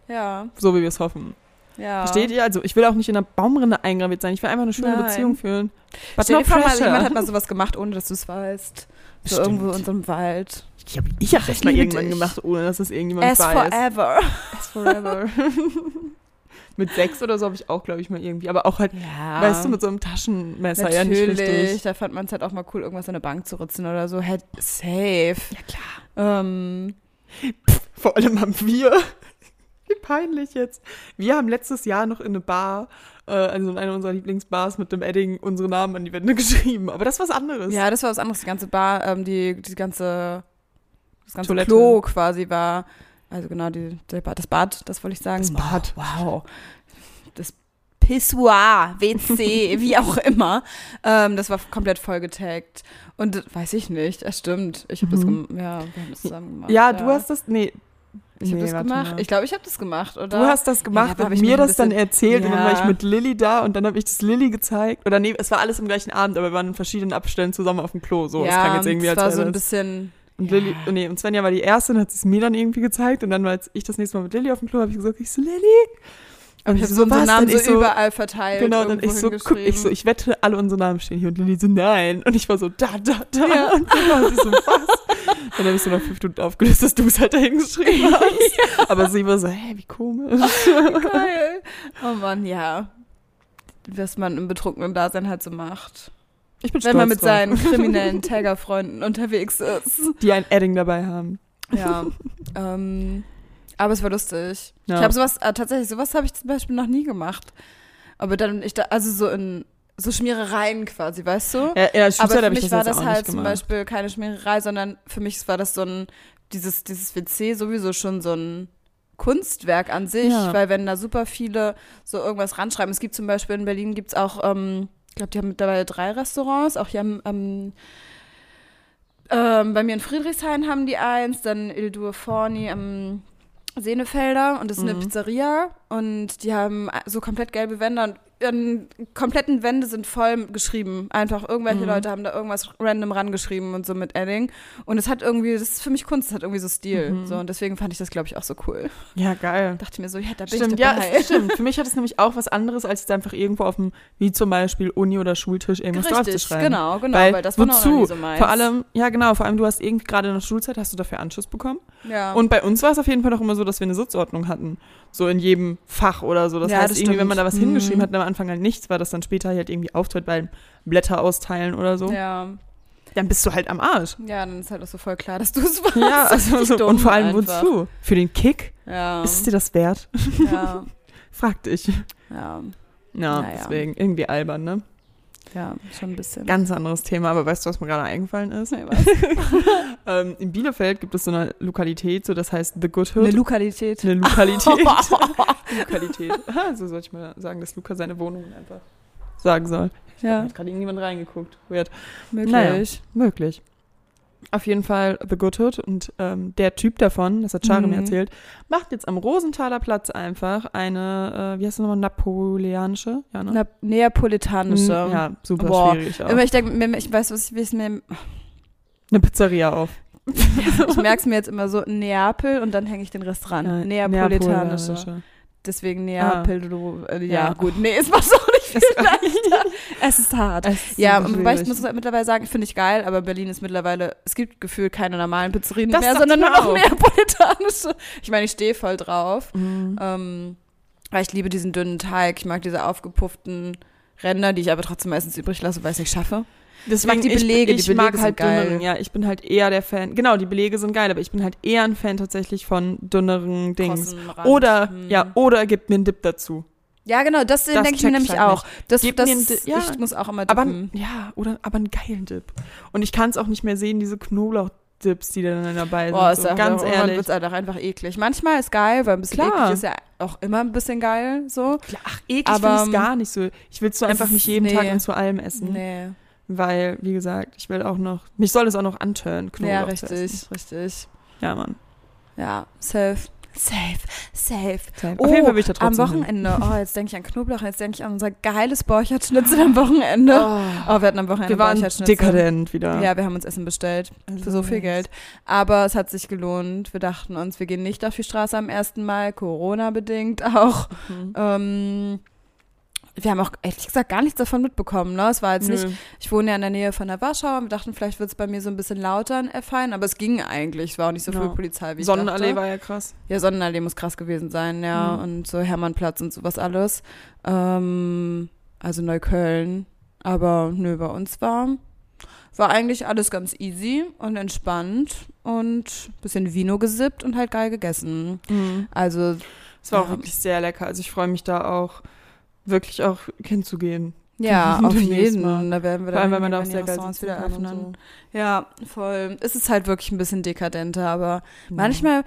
[SPEAKER 2] Ja,
[SPEAKER 1] so wie wir es hoffen.
[SPEAKER 2] ja.
[SPEAKER 1] Versteht ihr? Also ich will auch nicht in einer Baumrinde eingraviert sein, ich will einfach eine schöne
[SPEAKER 2] Nein.
[SPEAKER 1] Beziehung führen. But
[SPEAKER 2] Stell
[SPEAKER 1] no
[SPEAKER 2] dir vor, mal,
[SPEAKER 1] pressure.
[SPEAKER 2] jemand hat mal sowas gemacht, ohne dass du es weißt. So
[SPEAKER 1] Stimmt.
[SPEAKER 2] irgendwo in unserem Wald.
[SPEAKER 1] ich habe ich hab das mal
[SPEAKER 2] liebe
[SPEAKER 1] irgendwann
[SPEAKER 2] dich.
[SPEAKER 1] gemacht, ohne dass es irgendjemand
[SPEAKER 2] As
[SPEAKER 1] weiß.
[SPEAKER 2] forever.
[SPEAKER 1] As forever. *laughs* mit sechs oder so habe ich auch, glaube ich, mal irgendwie, aber auch halt
[SPEAKER 2] Ja.
[SPEAKER 1] Weißt du, mit so einem Taschenmesser ja nicht
[SPEAKER 2] Natürlich,
[SPEAKER 1] richtig.
[SPEAKER 2] da fand man es halt auch mal cool, irgendwas an der Bank zu ritzen oder so. Halt safe.
[SPEAKER 1] Ja, klar.
[SPEAKER 2] Ähm,
[SPEAKER 1] Vor allem haben wir, *laughs* wie peinlich jetzt, wir haben letztes Jahr noch in eine Bar, äh, also in einer unserer Lieblingsbars mit dem Edding unsere Namen an die Wände *laughs* geschrieben. Aber das ist was anderes.
[SPEAKER 2] ja, das war was anderes. Die ganze Bar, ähm, die, die ganze, das ganze
[SPEAKER 1] Toilette.
[SPEAKER 2] Klo quasi war, also genau, die, der Bad, das Bad, das wollte ich sagen.
[SPEAKER 1] Das Bad.
[SPEAKER 2] Wow. Das Pissoir,
[SPEAKER 1] *laughs*
[SPEAKER 2] WC, wie auch immer. Ähm, das war komplett voll getaggt. Und das- weiß ich nicht, das stimmt. Ich habe das,
[SPEAKER 1] Mhm.
[SPEAKER 2] gem- ja, wir haben das zusammen gemacht.
[SPEAKER 1] Ja, du hast das, nee.
[SPEAKER 2] Ich habe
[SPEAKER 1] nee,
[SPEAKER 2] das
[SPEAKER 1] warte
[SPEAKER 2] gemacht.
[SPEAKER 1] mal.
[SPEAKER 2] Ich glaube, ich habe das gemacht, oder?
[SPEAKER 1] Du hast das
[SPEAKER 2] Ja,
[SPEAKER 1] gemacht
[SPEAKER 2] da hab
[SPEAKER 1] und
[SPEAKER 2] ich
[SPEAKER 1] mir
[SPEAKER 2] mich ein
[SPEAKER 1] das dann
[SPEAKER 2] bisschen-
[SPEAKER 1] erzählt und dann war ich
[SPEAKER 2] Ja.
[SPEAKER 1] mit Lilly da und dann habe ich das Lilly gezeigt. Oder nee, es war alles am gleichen Abend, aber wir waren in verschiedenen Abständen zusammen auf dem Klo. So, das
[SPEAKER 2] ja,
[SPEAKER 1] klang jetzt irgendwie
[SPEAKER 2] das
[SPEAKER 1] als
[SPEAKER 2] war
[SPEAKER 1] wäre
[SPEAKER 2] so ein
[SPEAKER 1] das-
[SPEAKER 2] bisschen.
[SPEAKER 1] Und,
[SPEAKER 2] Ja.
[SPEAKER 1] Lilly, nee, und Svenja war die Erste und hat es mir dann irgendwie gezeigt. Und dann war jetzt ich das nächste Mal mit Lilly auf dem Klo, habe ich gesagt, ich so, Lilly? Und ich
[SPEAKER 2] Ich habe
[SPEAKER 1] so,
[SPEAKER 2] so unsere
[SPEAKER 1] was?
[SPEAKER 2] Namen
[SPEAKER 1] Und
[SPEAKER 2] so,
[SPEAKER 1] ich so,
[SPEAKER 2] überall verteilt.
[SPEAKER 1] genau, dann ich
[SPEAKER 2] irgendwo
[SPEAKER 1] so, guck, ich so,
[SPEAKER 2] hingeschrieben.
[SPEAKER 1] ich wette, alle unsere Namen stehen hier. Und Lilly so, nein. Und ich war so, da, da, da.
[SPEAKER 2] Ja.
[SPEAKER 1] Und dann war sie so, was? dann habe ich so nach fünf Minuten aufgelöst, dass du es halt dahin
[SPEAKER 2] *laughs*
[SPEAKER 1] geschrieben hast. Aber sie war so, hä, wie komisch.
[SPEAKER 2] Geil. Oh Mann, ja. Was man im betrunkenen Dasein halt so macht.
[SPEAKER 1] Ich bin
[SPEAKER 2] Wenn man mit
[SPEAKER 1] drauf, *laughs*
[SPEAKER 2] seinen kriminellen Taggerfreunden unterwegs ist.
[SPEAKER 1] die ein Edding dabei haben.
[SPEAKER 2] Ja. ähm, aber es war lustig.
[SPEAKER 1] Ja.
[SPEAKER 2] Ich habe sowas, äh, tatsächlich, sowas habe ich zum Beispiel noch nie gemacht. Aber dann, ich da, also so in, so Schmierereien quasi, weißt du?
[SPEAKER 1] Ja, ja ich
[SPEAKER 2] Aber
[SPEAKER 1] habe
[SPEAKER 2] für
[SPEAKER 1] ich das
[SPEAKER 2] mich war
[SPEAKER 1] jetzt
[SPEAKER 2] das
[SPEAKER 1] auch
[SPEAKER 2] halt
[SPEAKER 1] nicht
[SPEAKER 2] zum
[SPEAKER 1] gemacht.
[SPEAKER 2] Beispiel keine Schmiererei, sondern für mich war das so ein, dieses, dieses WC sowieso schon so ein Kunstwerk an sich,
[SPEAKER 1] Ja.
[SPEAKER 2] weil wenn da super viele so irgendwas ranschreiben. Es gibt zum Beispiel in Berlin gibt's auch, ähm, ich glaube, die haben mittlerweile drei Restaurants, auch hier am, am ähm, bei mir in Friedrichshain haben die eins, dann Il Due Forni am Sehnefelder und das ist eine Pizzeria und die haben so komplett gelbe Wände und ihren kompletten Wände sind voll geschrieben. Einfach irgendwelche Leute haben da irgendwas random rangeschrieben und so mit Edding. Und es hat irgendwie, das ist für mich Kunst, es hat irgendwie so Stil.
[SPEAKER 1] Mhm.
[SPEAKER 2] So, und deswegen fand ich das, glaube ich, auch so
[SPEAKER 1] *laughs*
[SPEAKER 2] cool.
[SPEAKER 1] Ja, geil.
[SPEAKER 2] Dachte mir so, ja, da bin
[SPEAKER 1] Stimmt,
[SPEAKER 2] ich
[SPEAKER 1] ja,
[SPEAKER 2] dabei.
[SPEAKER 1] es- stimmt. Für mich hat es nämlich auch was anderes, als es einfach irgendwo auf dem, wie zum Beispiel Uni- oder Schultisch irgendwas
[SPEAKER 2] Richtig,
[SPEAKER 1] draufzuschreiben.
[SPEAKER 2] genau, genau, weil,
[SPEAKER 1] Weil,
[SPEAKER 2] das war noch
[SPEAKER 1] wozu?
[SPEAKER 2] nie so meins.
[SPEAKER 1] vor allem, ja genau, vor allem du hast irgendwie gerade in der Schulzeit, hast du dafür Anschiss bekommen.
[SPEAKER 2] ja.
[SPEAKER 1] Und bei uns war es auf jeden Fall auch immer so, dass wir eine Sitzordnung hatten. So in jedem Fach oder so. Das
[SPEAKER 2] Ja,
[SPEAKER 1] heißt,
[SPEAKER 2] das
[SPEAKER 1] irgendwie, wenn
[SPEAKER 2] stimmt. Mhm.
[SPEAKER 1] man da was hingeschrieben hat, am Anfang halt nichts, war das dann später halt irgendwie aufteilt beim Blätter austeilen oder so.
[SPEAKER 2] ja,
[SPEAKER 1] Dann bist du halt am Arsch.
[SPEAKER 2] ja, dann ist halt auch so voll klar, dass du es warst.
[SPEAKER 1] Ja, *laughs* also
[SPEAKER 2] richtig
[SPEAKER 1] so.
[SPEAKER 2] dumm
[SPEAKER 1] Und vor allem,
[SPEAKER 2] einfach.
[SPEAKER 1] wozu? Für den Kick?
[SPEAKER 2] Ja,
[SPEAKER 1] Ist es dir das wert?
[SPEAKER 2] ja,
[SPEAKER 1] Frag dich.
[SPEAKER 2] ja,
[SPEAKER 1] Ja,
[SPEAKER 2] Naja. Genau.
[SPEAKER 1] deswegen. Irgendwie albern, ne?
[SPEAKER 2] ja, schon ein bisschen.
[SPEAKER 1] Ganz anderes Thema, aber weißt du, was mir gerade eingefallen ist?
[SPEAKER 2] Nee, was?
[SPEAKER 1] Ähm, in Bielefeld gibt es so eine Lokalität, so das heißt The Good
[SPEAKER 2] Eine
[SPEAKER 1] Hood.
[SPEAKER 2] Lokalität.
[SPEAKER 1] Eine
[SPEAKER 2] *laughs*
[SPEAKER 1] Lokalität. *laughs* Lokalität. Ah, so sollte ich mal sagen, dass Luca seine Wohnung einfach sagen soll. Da
[SPEAKER 2] Ja,
[SPEAKER 1] hat gerade irgendjemand reingeguckt. Weird.
[SPEAKER 2] möglich.
[SPEAKER 1] Möglich. Auf jeden Fall The Good Hood und ähm, der Typ davon, das hat Shari mir
[SPEAKER 2] Mhm.
[SPEAKER 1] erzählt, macht jetzt am Rosenthaler Platz einfach eine, äh, wie heißt das nochmal, napoleonische? Ja, ne? Mhm.
[SPEAKER 2] Na, neapolitanische.
[SPEAKER 1] Ja, super
[SPEAKER 2] ähm, Boah.
[SPEAKER 1] schwierig auch.
[SPEAKER 2] Immer, ich denke, mir- ich weiß, was ich, wie es mir, *laughs*
[SPEAKER 1] Eine Pizzeria auf.
[SPEAKER 2] ich merke es mir jetzt immer so, Neapel und dann hänge ich den Rest ran.
[SPEAKER 1] Äh,
[SPEAKER 2] Neapolitanische.
[SPEAKER 1] neapolitanische.
[SPEAKER 2] Deswegen
[SPEAKER 1] Ah.
[SPEAKER 2] Neapel, du- äh, ja,
[SPEAKER 1] Ja.
[SPEAKER 2] gut, nee, es macht auch *laughs* nicht viel leichter. Es ist hart.
[SPEAKER 1] Es ist
[SPEAKER 2] *laughs* Ja,
[SPEAKER 1] super
[SPEAKER 2] wobei ich
[SPEAKER 1] schwierig.
[SPEAKER 2] muss halt mittlerweile sagen, finde ich geil, aber Berlin ist mittlerweile, es gibt gefühlt keine normalen Pizzerien
[SPEAKER 1] Das
[SPEAKER 2] mehr,
[SPEAKER 1] dachte
[SPEAKER 2] sondern
[SPEAKER 1] ich
[SPEAKER 2] nur
[SPEAKER 1] mir
[SPEAKER 2] noch
[SPEAKER 1] auch.
[SPEAKER 2] neapolitanische. Ich meine, ich stehe voll drauf,
[SPEAKER 1] Mhm.
[SPEAKER 2] ähm, weil ich liebe diesen dünnen Teig, ich mag diese aufgepufften Ränder, die ich aber trotzdem meistens übrig lasse, weil ich es nicht schaffe.
[SPEAKER 1] Deswegen,
[SPEAKER 2] die Belege,
[SPEAKER 1] ich,
[SPEAKER 2] die
[SPEAKER 1] ich
[SPEAKER 2] Belege
[SPEAKER 1] mag
[SPEAKER 2] sind
[SPEAKER 1] halt
[SPEAKER 2] geil.
[SPEAKER 1] dünneren, ja, ich bin halt eher der Fan, genau, die Belege sind geil, aber ich bin halt eher ein Fan tatsächlich von dünneren Dings.
[SPEAKER 2] Krossen, Rand.
[SPEAKER 1] Oder,
[SPEAKER 2] Hm.
[SPEAKER 1] ja, oder gib mir einen Dip dazu.
[SPEAKER 2] Ja, genau, das,
[SPEAKER 1] Das
[SPEAKER 2] denke ich
[SPEAKER 1] check
[SPEAKER 2] mir
[SPEAKER 1] ich
[SPEAKER 2] nämlich
[SPEAKER 1] halt
[SPEAKER 2] auch. Das,
[SPEAKER 1] Gib
[SPEAKER 2] das,
[SPEAKER 1] mir einen Di- ja.
[SPEAKER 2] Ich muss auch immer
[SPEAKER 1] Aber,
[SPEAKER 2] dippen.
[SPEAKER 1] ja, oder, aber einen geilen Dip. Und ich kann es auch nicht mehr sehen, diese Knoblauch-Dips, die dann dabei sind.
[SPEAKER 2] Boah, ist
[SPEAKER 1] Also so.
[SPEAKER 2] auch-
[SPEAKER 1] Ganz
[SPEAKER 2] irgendwann
[SPEAKER 1] ehrlich.
[SPEAKER 2] wird's halt auch einfach eklig. Manchmal ist geil, weil ein bisschen
[SPEAKER 1] Klar.
[SPEAKER 2] eklig ist ja auch immer ein bisschen geil, so.
[SPEAKER 1] Klar, Ach, eklig
[SPEAKER 2] Aber,
[SPEAKER 1] finde ich
[SPEAKER 2] ähm,
[SPEAKER 1] gar nicht so. Ich will es so
[SPEAKER 2] es
[SPEAKER 1] einfach nicht
[SPEAKER 2] ist-
[SPEAKER 1] jeden Tag
[SPEAKER 2] nee.
[SPEAKER 1] und zu allem essen.
[SPEAKER 2] Nee.
[SPEAKER 1] Weil, wie gesagt, ich will auch noch, mich soll es auch noch antören, Knoblauch
[SPEAKER 2] Ja,
[SPEAKER 1] zu
[SPEAKER 2] richtig,
[SPEAKER 1] essen.
[SPEAKER 2] richtig.
[SPEAKER 1] Ja, Mann.
[SPEAKER 2] Ja, safe. Safe, safe.
[SPEAKER 1] Auf jeden Fall will ich da trotzdem
[SPEAKER 2] Oh, am Wochenende.
[SPEAKER 1] *laughs*
[SPEAKER 2] Oh, jetzt denke ich an Knoblauch, jetzt denke ich an unser geiles Borchertschnitzel
[SPEAKER 1] *laughs*
[SPEAKER 2] am Wochenende.
[SPEAKER 1] Hin.
[SPEAKER 2] Oh, wir hatten am Wochenende
[SPEAKER 1] Wir waren
[SPEAKER 2] Borchertschnitzel.
[SPEAKER 1] dekadent wieder.
[SPEAKER 2] Ja, wir haben uns Essen bestellt.
[SPEAKER 1] Also
[SPEAKER 2] Für so viel
[SPEAKER 1] nice.
[SPEAKER 2] Geld. Aber es hat sich gelohnt. Wir dachten uns, wir gehen nicht auf die Straße am ersten Mal, Corona-bedingt auch.
[SPEAKER 1] Mhm.
[SPEAKER 2] Ähm, wir haben auch ehrlich gesagt gar nichts davon mitbekommen. Ne? Es war jetzt nicht,
[SPEAKER 1] Nö.
[SPEAKER 2] ich wohne ja in der Nähe von der Warschau und wir dachten, vielleicht wird es bei mir so ein bisschen lauter erfallen, aber es ging eigentlich. Es war auch nicht so
[SPEAKER 1] Ja.
[SPEAKER 2] viel Polizei wie ich
[SPEAKER 1] Sonnenallee
[SPEAKER 2] dachte.
[SPEAKER 1] war ja krass.
[SPEAKER 2] Ja, Sonnenallee muss krass gewesen sein, ja.
[SPEAKER 1] Mhm.
[SPEAKER 2] Und so Hermannplatz und sowas alles. Ähm, also Neukölln. Aber nö, bei uns war, war eigentlich alles ganz easy und entspannt und bisschen Vino gesippt und halt geil gegessen. Also,
[SPEAKER 1] Es war auch
[SPEAKER 2] Ja.
[SPEAKER 1] wirklich sehr lecker. Also ich freue mich da auch wirklich auch hinzugehen.
[SPEAKER 2] *laughs* ja, auf
[SPEAKER 1] Demnächst
[SPEAKER 2] jeden
[SPEAKER 1] mal.
[SPEAKER 2] Fall. Da werden wir
[SPEAKER 1] Vor allem,
[SPEAKER 2] dann
[SPEAKER 1] weil man da auch
[SPEAKER 2] hingehen,
[SPEAKER 1] sehr
[SPEAKER 2] wenn die
[SPEAKER 1] geil
[SPEAKER 2] Restaurants
[SPEAKER 1] sitzen
[SPEAKER 2] wieder
[SPEAKER 1] kann und
[SPEAKER 2] öffnen. Ja, voll. Es ist halt wirklich ein bisschen dekadenter, aber
[SPEAKER 1] so.
[SPEAKER 2] Manchmal,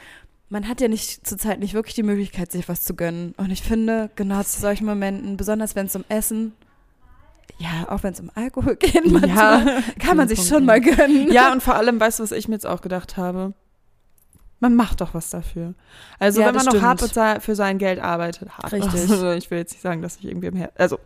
[SPEAKER 2] man hat ja nicht zurzeit nicht wirklich die Möglichkeit, sich was zu gönnen. Und ich finde, genau zu solchen Momenten, besonders wenn es um Essen, ja, auch wenn es um Alkohol *laughs* geht,
[SPEAKER 1] *laughs*
[SPEAKER 2] manchmal,
[SPEAKER 1] Ja.
[SPEAKER 2] kann man sich
[SPEAKER 1] Punkt,
[SPEAKER 2] schon
[SPEAKER 1] ja.
[SPEAKER 2] mal
[SPEAKER 1] *laughs*
[SPEAKER 2] gönnen.
[SPEAKER 1] ja,
[SPEAKER 2] *laughs*
[SPEAKER 1] und vor allem, weißt du, was ich mir jetzt auch gedacht habe? Man macht doch was dafür. Also
[SPEAKER 2] Ja,
[SPEAKER 1] wenn man
[SPEAKER 2] das
[SPEAKER 1] noch hart
[SPEAKER 2] stimmt.
[SPEAKER 1] bezahlt- für sein Geld arbeitet, hart.
[SPEAKER 2] Richtig.
[SPEAKER 1] Also, *laughs* ich will jetzt nicht sagen, dass ich irgendwie im Her Also,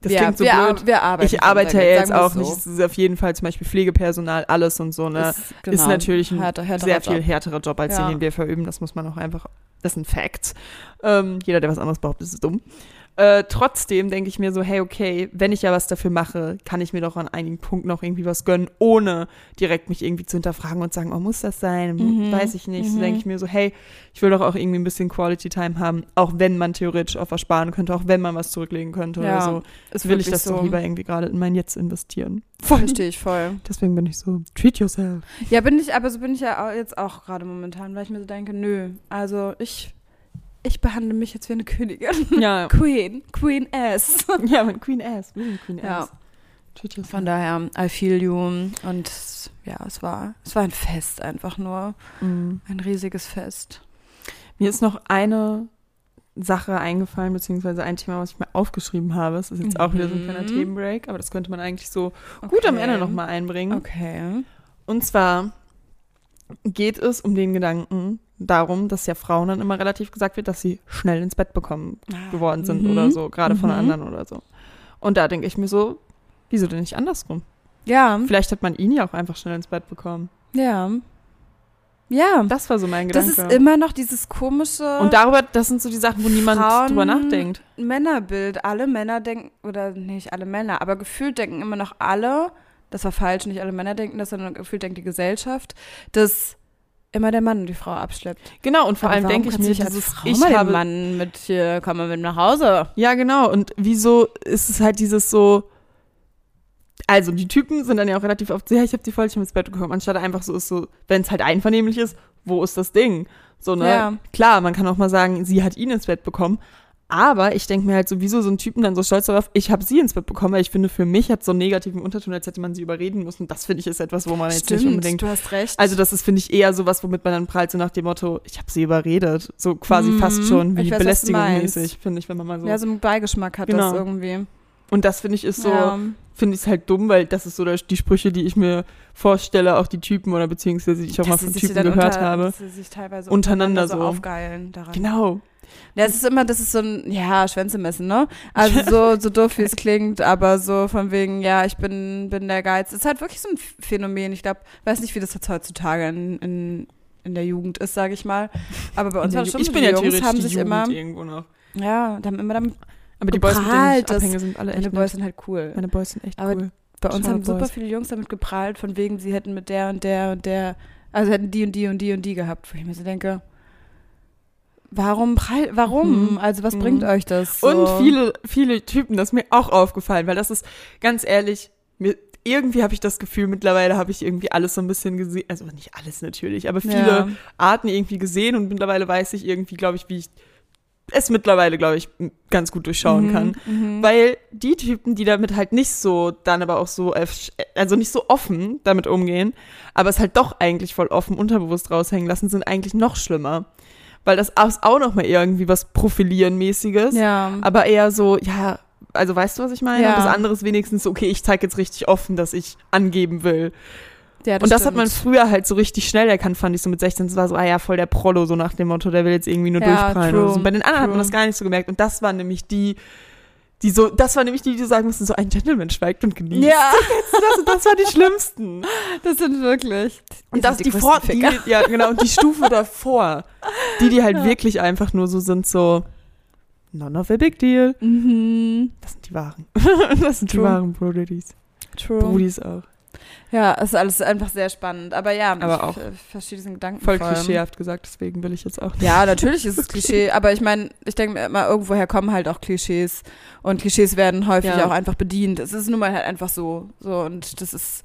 [SPEAKER 1] das
[SPEAKER 2] ja,
[SPEAKER 1] klingt so
[SPEAKER 2] wir, ar-
[SPEAKER 1] blöd.
[SPEAKER 2] Wir arbeiten
[SPEAKER 1] Ich arbeite ja
[SPEAKER 2] damit,
[SPEAKER 1] jetzt
[SPEAKER 2] sagen wir's
[SPEAKER 1] auch
[SPEAKER 2] so.
[SPEAKER 1] nicht. Es ist auf jeden Fall zum Beispiel Pflegepersonal, alles und so, ne?
[SPEAKER 2] Ist, genau,
[SPEAKER 1] Ist natürlich ein
[SPEAKER 2] härter, härterer
[SPEAKER 1] sehr viel
[SPEAKER 2] Job.
[SPEAKER 1] härterer Job als
[SPEAKER 2] Ja.
[SPEAKER 1] den, den wir verüben. Das muss man auch einfach, das ist ein Fact. Ähm, jeder, der was anderes behauptet, ist dumm. Äh, trotzdem denke ich mir so, hey, okay, wenn ich ja was dafür mache, kann ich mir doch an einigen Punkten auch irgendwie was gönnen, ohne direkt mich irgendwie zu hinterfragen und sagen, oh, muss das sein? Hm,
[SPEAKER 2] Mhm.
[SPEAKER 1] Weiß ich nicht. So
[SPEAKER 2] Mhm.
[SPEAKER 1] denke ich mir so, hey, ich will doch auch irgendwie ein bisschen Quality Time haben, auch wenn man theoretisch auf was sparen könnte, auch wenn man was zurücklegen könnte
[SPEAKER 2] Ja,
[SPEAKER 1] oder so.
[SPEAKER 2] Ist
[SPEAKER 1] Will ich
[SPEAKER 2] wirklich
[SPEAKER 1] das
[SPEAKER 2] so.
[SPEAKER 1] doch lieber irgendwie gerade in mein Jetzt investieren. Voll.
[SPEAKER 2] Verstehe ich voll.
[SPEAKER 1] *laughs* Deswegen bin ich so, treat yourself.
[SPEAKER 2] Ja, bin ich, aber so bin ich ja auch jetzt auch gerade momentan, weil ich mir so denke, nö, also ich, ich behandle mich jetzt wie eine Königin.
[SPEAKER 1] Ja,
[SPEAKER 2] *laughs* Queen, Queen S.
[SPEAKER 1] *laughs* Ja, mit Queen Ass. Wir sind Queen
[SPEAKER 2] Ja.
[SPEAKER 1] Ass. Tütchen.
[SPEAKER 2] Von daher, I feel you. Und s- ja, es war, es war ein Fest einfach nur.
[SPEAKER 1] Mhm.
[SPEAKER 2] Ein riesiges Fest.
[SPEAKER 1] Mir ist noch eine Sache eingefallen, beziehungsweise ein Thema, was ich mir aufgeschrieben habe. Es ist jetzt auch wieder so ein kleiner
[SPEAKER 2] Mhm.
[SPEAKER 1] Themenbreak, aber das könnte man eigentlich so gut am Ende nochmal
[SPEAKER 2] ne?
[SPEAKER 1] einbringen.
[SPEAKER 2] Okay.
[SPEAKER 1] Und zwar geht es um den Gedanken darum, dass ja Frauen dann immer relativ gesagt wird, dass sie schnell ins Bett bekommen geworden sind
[SPEAKER 2] Mhm.
[SPEAKER 1] oder so, gerade von
[SPEAKER 2] Mhm.
[SPEAKER 1] anderen oder so. Und da denke ich mir so, wieso denn nicht andersrum?
[SPEAKER 2] Ja,
[SPEAKER 1] Vielleicht hat man ihn ja auch einfach schnell ins Bett bekommen.
[SPEAKER 2] ja. Ja.
[SPEAKER 1] Das war so mein
[SPEAKER 2] Das
[SPEAKER 1] Gedanke.
[SPEAKER 2] ist immer noch dieses komische
[SPEAKER 1] Und darüber, das sind so die Sachen, wo niemand
[SPEAKER 2] Frauen-
[SPEAKER 1] drüber nachdenkt.
[SPEAKER 2] Männerbild. Alle Männer denken, oder nicht alle Männer, aber gefühlt denken immer noch alle, das war falsch, nicht alle Männer denken das, sondern gefühlt denkt die Gesellschaft, dass immer der Mann die Frau abschleppt.
[SPEAKER 1] Genau, und vor
[SPEAKER 2] Aber
[SPEAKER 1] allem
[SPEAKER 2] warum
[SPEAKER 1] denke ich
[SPEAKER 2] kannst
[SPEAKER 1] mir,
[SPEAKER 2] du nicht als
[SPEAKER 1] dieses,
[SPEAKER 2] Frau
[SPEAKER 1] ich
[SPEAKER 2] mal den
[SPEAKER 1] habe,
[SPEAKER 2] Mann mit hier, komm mal mit nach Hause.
[SPEAKER 1] ja genau, und wieso ist es halt dieses so, also die Typen sind dann ja auch relativ oft, so, ja, ich habe die voll nicht ins Bett bekommen, anstatt einfach so ist so, wenn es halt einvernehmlich ist, wo ist das Ding? So, ne?
[SPEAKER 2] Ja.
[SPEAKER 1] Klar, man kann auch mal sagen, sie hat ihn ins Bett bekommen, aber ich denke mir halt so, wieso so ein Typen dann so stolz darauf, ich habe sie ins Bett bekommen, weil ich finde, für mich hat so einen negativen Unterton, als hätte man sie überreden müssen. Das finde ich ist etwas, wo man jetzt nicht unbedingt
[SPEAKER 2] du hast recht.
[SPEAKER 1] Also das ist, finde ich, eher sowas, womit man dann prahlt, so nach dem Motto, ich habe sie überredet. So quasi
[SPEAKER 2] Mhm.
[SPEAKER 1] fast schon wie
[SPEAKER 2] Ich weiß, was du
[SPEAKER 1] belästigungsmäßig,
[SPEAKER 2] meinst.
[SPEAKER 1] finde ich, wenn man mal so.
[SPEAKER 2] Ja, so einen Beigeschmack hat
[SPEAKER 1] Also Genau.
[SPEAKER 2] das irgendwie.
[SPEAKER 1] und das finde ich ist so,
[SPEAKER 2] ja.
[SPEAKER 1] finde ich es halt dumm, weil das ist so der, die Sprüche, die ich mir vorstelle, auch die Typen oder beziehungsweise die ich auch mal
[SPEAKER 2] Dass
[SPEAKER 1] von
[SPEAKER 2] sie sich
[SPEAKER 1] Typen
[SPEAKER 2] dann
[SPEAKER 1] gehört
[SPEAKER 2] unter-
[SPEAKER 1] habe.
[SPEAKER 2] dass sie sich teilweise
[SPEAKER 1] Untereinander so.
[SPEAKER 2] aufgeilen daran.
[SPEAKER 1] Genau.
[SPEAKER 2] Ja, es ist immer, das ist so ein, ja, Schwänze messen, ne? Also so, so doof, wie es klingt, aber so von wegen, ja, ich bin, bin der Geiz. Es ist halt wirklich so ein Phänomen. Ich glaube, weiß nicht, wie das jetzt heutzutage in, in, in der Jugend ist, sage ich mal. Aber bei uns war das schon
[SPEAKER 1] ich
[SPEAKER 2] so,
[SPEAKER 1] bin
[SPEAKER 2] die
[SPEAKER 1] ja
[SPEAKER 2] Jungs
[SPEAKER 1] theoretisch
[SPEAKER 2] haben
[SPEAKER 1] die
[SPEAKER 2] sich
[SPEAKER 1] Jugend eh.
[SPEAKER 2] immer,
[SPEAKER 1] irgendwo noch.
[SPEAKER 2] ja, die haben immer damit,
[SPEAKER 1] Aber die Boys, mit denen ich
[SPEAKER 2] Geprahlt, dass
[SPEAKER 1] abhänge, sind alle
[SPEAKER 2] meine
[SPEAKER 1] echt
[SPEAKER 2] Boys
[SPEAKER 1] nett.
[SPEAKER 2] sind halt cool.
[SPEAKER 1] Meine Boys sind echt
[SPEAKER 2] Aber
[SPEAKER 1] cool.
[SPEAKER 2] Bei uns
[SPEAKER 1] Schade,
[SPEAKER 2] haben super
[SPEAKER 1] Boys.
[SPEAKER 2] viele Jungs damit geprahlt, von wegen, sie hätten mit der und der und der, also hätten die und die und die und die gehabt, wo ich mir so denke, warum, prall- warum?
[SPEAKER 1] Mhm.
[SPEAKER 2] Also was bringt euch das? So?
[SPEAKER 1] Und viele, viele Typen, das ist mir auch aufgefallen, weil das ist, ganz ehrlich, mir, irgendwie habe ich das Gefühl, mittlerweile habe ich irgendwie alles so ein bisschen gesehen, also nicht alles natürlich, aber viele
[SPEAKER 2] Ja.
[SPEAKER 1] Arten irgendwie gesehen und mittlerweile weiß ich irgendwie, glaube ich, wie ich es mittlerweile, glaube ich, m- ganz gut durchschauen
[SPEAKER 2] Mhm,
[SPEAKER 1] kann.
[SPEAKER 2] mhm.
[SPEAKER 1] Weil die Typen, die damit halt nicht so, dann aber auch so, ersch- also nicht so offen damit umgehen, aber es halt doch eigentlich voll offen unterbewusst raushängen lassen, sind eigentlich noch schlimmer. Weil das ist auch nochmal irgendwie was Profilieren-mäßiges
[SPEAKER 2] ja.
[SPEAKER 1] aber eher so, ja, also weißt du, was ich meine?
[SPEAKER 2] Mhm. Ja.
[SPEAKER 1] Und das andere ist wenigstens, so, okay, ich zeige jetzt richtig offen, dass ich angeben will.
[SPEAKER 2] ja,
[SPEAKER 1] und das hat
[SPEAKER 2] stimmt.
[SPEAKER 1] man früher halt so richtig schnell erkannt, fand ich so mit 16. Es war so, ah ja, voll der Prollo, so nach dem Motto, der will jetzt irgendwie nur
[SPEAKER 2] Ja,
[SPEAKER 1] durchprallen.
[SPEAKER 2] true,
[SPEAKER 1] oder so. Bei den anderen hat
[SPEAKER 2] true.
[SPEAKER 1] man das gar nicht so gemerkt. Und das waren nämlich die, die so, das waren nämlich die, die so sagen mussten, so ein Gentleman schweigt und genießt. *laughs*
[SPEAKER 2] Ja, *laughs*
[SPEAKER 1] Das, das waren die schlimmsten.
[SPEAKER 2] das sind wirklich.
[SPEAKER 1] Und das
[SPEAKER 2] sind
[SPEAKER 1] die,
[SPEAKER 2] größten
[SPEAKER 1] vor, die,
[SPEAKER 2] Ficker.
[SPEAKER 1] ja, genau,
[SPEAKER 2] *laughs*
[SPEAKER 1] und die Stufe davor, die, die halt wirklich einfach nur so sind, so, none of a big deal.
[SPEAKER 2] Mhm.
[SPEAKER 1] Das sind die wahren. *laughs* das sind
[SPEAKER 2] True.
[SPEAKER 1] die wahren Brodies.
[SPEAKER 2] True.
[SPEAKER 1] Brudis auch.
[SPEAKER 2] Ja, es ist alles einfach sehr spannend. Aber ja,
[SPEAKER 1] Aber auch
[SPEAKER 2] ich äh, verstehe diesen Gedanken.
[SPEAKER 1] Voll klischeehaft gesagt, deswegen will ich jetzt auch.
[SPEAKER 2] Ja, natürlich ist
[SPEAKER 1] *laughs*
[SPEAKER 2] es Klischee, aber ich meine, ich denke mir immer, irgendwoher kommen halt auch Klischees. Und Klischees werden häufig
[SPEAKER 1] Ja.
[SPEAKER 2] auch einfach bedient. Es ist nun mal halt einfach so. So, und das ist.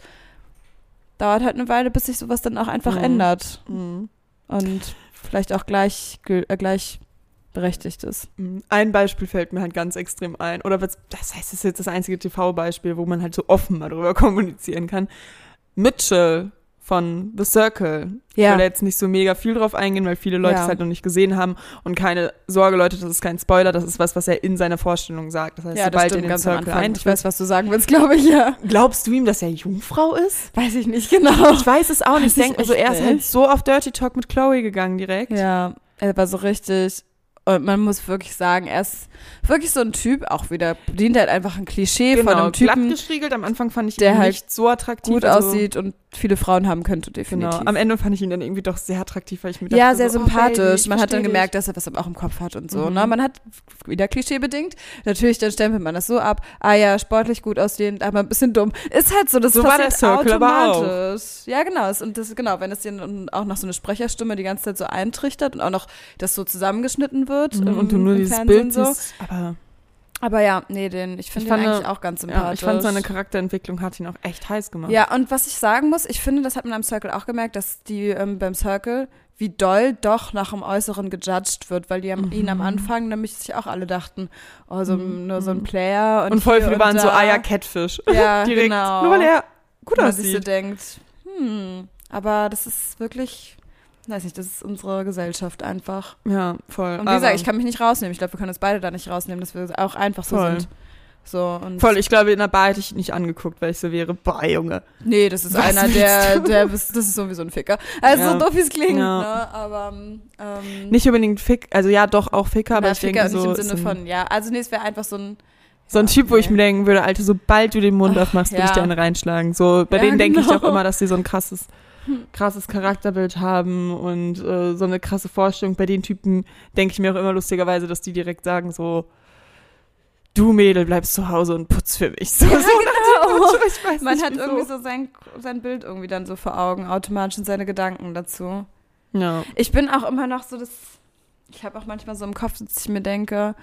[SPEAKER 2] Dauert halt eine Weile, bis sich sowas dann auch einfach
[SPEAKER 1] Mhm.
[SPEAKER 2] ändert.
[SPEAKER 1] Mhm.
[SPEAKER 2] Und vielleicht auch gleich, äh, gleichberechtigt ist.
[SPEAKER 1] Mhm. Ein Beispiel fällt mir halt ganz extrem ein. Oder was, das heißt, es ist jetzt das einzige TV-Beispiel, wo man halt so offen mal drüber *laughs* kommunizieren kann. Mitchell von The Circle. Ich will da jetzt nicht so mega viel drauf eingehen, weil viele Leute
[SPEAKER 2] Ja.
[SPEAKER 1] es halt noch nicht gesehen haben. Und keine Sorge, Leute, das ist kein Spoiler, das ist was, was er in seiner Vorstellung sagt. Das heißt,
[SPEAKER 2] Ja, das
[SPEAKER 1] sobald er
[SPEAKER 2] stimmt
[SPEAKER 1] in den
[SPEAKER 2] ganz am
[SPEAKER 1] Circle
[SPEAKER 2] Anfang. Ich
[SPEAKER 1] eintritt.
[SPEAKER 2] weiß, was du sagen
[SPEAKER 1] *laughs*
[SPEAKER 2] willst, glaube ich, ja.
[SPEAKER 1] Glaubst du ihm, dass er Jungfrau ist?
[SPEAKER 2] Weiß ich nicht genau.
[SPEAKER 1] Ich weiß es auch nicht.
[SPEAKER 2] Weiß
[SPEAKER 1] Ich denke
[SPEAKER 2] ich
[SPEAKER 1] mir so,
[SPEAKER 2] echt
[SPEAKER 1] er ist halt
[SPEAKER 2] nicht.
[SPEAKER 1] so auf Dirty Talk mit Chloe gegangen direkt.
[SPEAKER 2] Ja, er war so richtig. Und man muss wirklich sagen, er ist wirklich so ein Typ, auch wieder bedient halt einfach ein Klischee von
[SPEAKER 1] Genau,
[SPEAKER 2] einem
[SPEAKER 1] glatt
[SPEAKER 2] Typen,
[SPEAKER 1] gestriegelt. Am Anfang fand ich
[SPEAKER 2] der
[SPEAKER 1] ihn
[SPEAKER 2] halt
[SPEAKER 1] nicht so attraktiv.
[SPEAKER 2] gut
[SPEAKER 1] also-
[SPEAKER 2] aussieht und viele Frauen haben könnte, definitiv.
[SPEAKER 1] Genau. Am Ende fand ich ihn dann irgendwie doch sehr attraktiv, weil ich mir dachte,
[SPEAKER 2] ja, sehr
[SPEAKER 1] so, oh,
[SPEAKER 2] sympathisch.
[SPEAKER 1] Baby, ich
[SPEAKER 2] man hat dann
[SPEAKER 1] versteh
[SPEAKER 2] gemerkt, dass er was auch im Kopf hat und so.
[SPEAKER 1] Mhm.
[SPEAKER 2] Ne? Man hat wieder klischeebedingt. Natürlich, dann stempelt man das so ab. Ah ja, sportlich gut aussehend, aber ein bisschen dumm. Ist halt so, das
[SPEAKER 1] So war
[SPEAKER 2] passiert
[SPEAKER 1] der Circle aber auch.
[SPEAKER 2] automatisch. Ja, genau. Es- Und das, genau, wenn das dir dann auch noch so eine Sprecherstimme die ganze Zeit so eintrichtert und auch noch das so zusammengeschnitten wird.
[SPEAKER 1] dich.
[SPEAKER 2] ähm,
[SPEAKER 1] Mhm. Und du nur
[SPEAKER 2] im
[SPEAKER 1] dieses
[SPEAKER 2] Fernsehen
[SPEAKER 1] Bild
[SPEAKER 2] so.
[SPEAKER 1] siehst. Aber
[SPEAKER 2] Aber ja, nee, den, ich finde
[SPEAKER 1] Ich
[SPEAKER 2] den
[SPEAKER 1] fand,
[SPEAKER 2] eigentlich auch ganz sympathisch.
[SPEAKER 1] ja, ich fand, seine Charakterentwicklung hat ihn auch echt heiß gemacht.
[SPEAKER 2] Ja, und was ich sagen muss, ich finde, das hat man am Circle auch gemerkt, dass die ähm, beim Circle, wie doll doch nach dem Äußeren gejudged wird, weil die am, ihn
[SPEAKER 1] Mhm.
[SPEAKER 2] am Anfang nämlich sich auch alle dachten, oh, so, ein- nur so ein Player. Und,
[SPEAKER 1] Und voll
[SPEAKER 2] hier
[SPEAKER 1] viele waren
[SPEAKER 2] und
[SPEAKER 1] so,
[SPEAKER 2] da.
[SPEAKER 1] ah ja, Catfish.
[SPEAKER 2] Ja,
[SPEAKER 1] *laughs* direkt.
[SPEAKER 2] genau.
[SPEAKER 1] Nur weil er gut
[SPEAKER 2] Wo man sich so
[SPEAKER 1] aussieht.
[SPEAKER 2] denkt, hm, aber das ist wirklich, weiß nicht, das ist unsere Gesellschaft einfach.
[SPEAKER 1] Ja, voll.
[SPEAKER 2] Und wie gesagt,
[SPEAKER 1] aber-
[SPEAKER 2] ich kann mich nicht rausnehmen. Ich glaube, wir können uns beide da nicht rausnehmen, dass wir auch einfach so
[SPEAKER 1] Voll.
[SPEAKER 2] sind. So, und
[SPEAKER 1] Voll, ich glaube, in der Bar hätte ich ihn nicht angeguckt, weil ich so wäre, boah, Junge.
[SPEAKER 2] Nee, das ist
[SPEAKER 1] Was
[SPEAKER 2] einer,
[SPEAKER 1] willst
[SPEAKER 2] der,
[SPEAKER 1] du?
[SPEAKER 2] der ist, das ist sowieso ein Ficker. Also
[SPEAKER 1] Ja.
[SPEAKER 2] so doof wie es klingt,
[SPEAKER 1] Ja.
[SPEAKER 2] ne? Aber ähm,
[SPEAKER 1] Nicht unbedingt Fick, also ja, doch auch Ficker, aber
[SPEAKER 2] na,
[SPEAKER 1] ich
[SPEAKER 2] Ficker
[SPEAKER 1] denke so.
[SPEAKER 2] nicht im
[SPEAKER 1] ist
[SPEAKER 2] Sinne
[SPEAKER 1] ein-
[SPEAKER 2] von, ja, also nee, es wäre einfach so ein
[SPEAKER 1] So ein
[SPEAKER 2] Ja,
[SPEAKER 1] Typ, wo ich
[SPEAKER 2] nee.
[SPEAKER 1] mir denken würde, Alter, sobald du den Mund aufmachst, will ich
[SPEAKER 2] ja.
[SPEAKER 1] dir einen reinschlagen. So, bei
[SPEAKER 2] Ja,
[SPEAKER 1] denen denke ich
[SPEAKER 2] genau. Hm.
[SPEAKER 1] auch immer, dass sie so ein krasses, krasses Charakterbild haben und äh, so eine krasse Vorstellung. Bei den Typen denke ich mir auch immer lustigerweise, dass die direkt sagen so, du Mädel, bleibst zu Hause und putz für mich. *laughs*
[SPEAKER 2] *laughs*
[SPEAKER 1] So,
[SPEAKER 2] Ja,
[SPEAKER 1] so nach dem
[SPEAKER 2] genau.
[SPEAKER 1] Motto, *laughs* ich weiß
[SPEAKER 2] Man
[SPEAKER 1] nicht,
[SPEAKER 2] hat
[SPEAKER 1] wieso.
[SPEAKER 2] irgendwie so sein, sein Bild irgendwie dann so vor Augen, automatisch und seine Gedanken dazu.
[SPEAKER 1] Ja.
[SPEAKER 2] Ich bin auch immer noch so, dass ich habe auch manchmal so im Kopf, dass ich mir denke,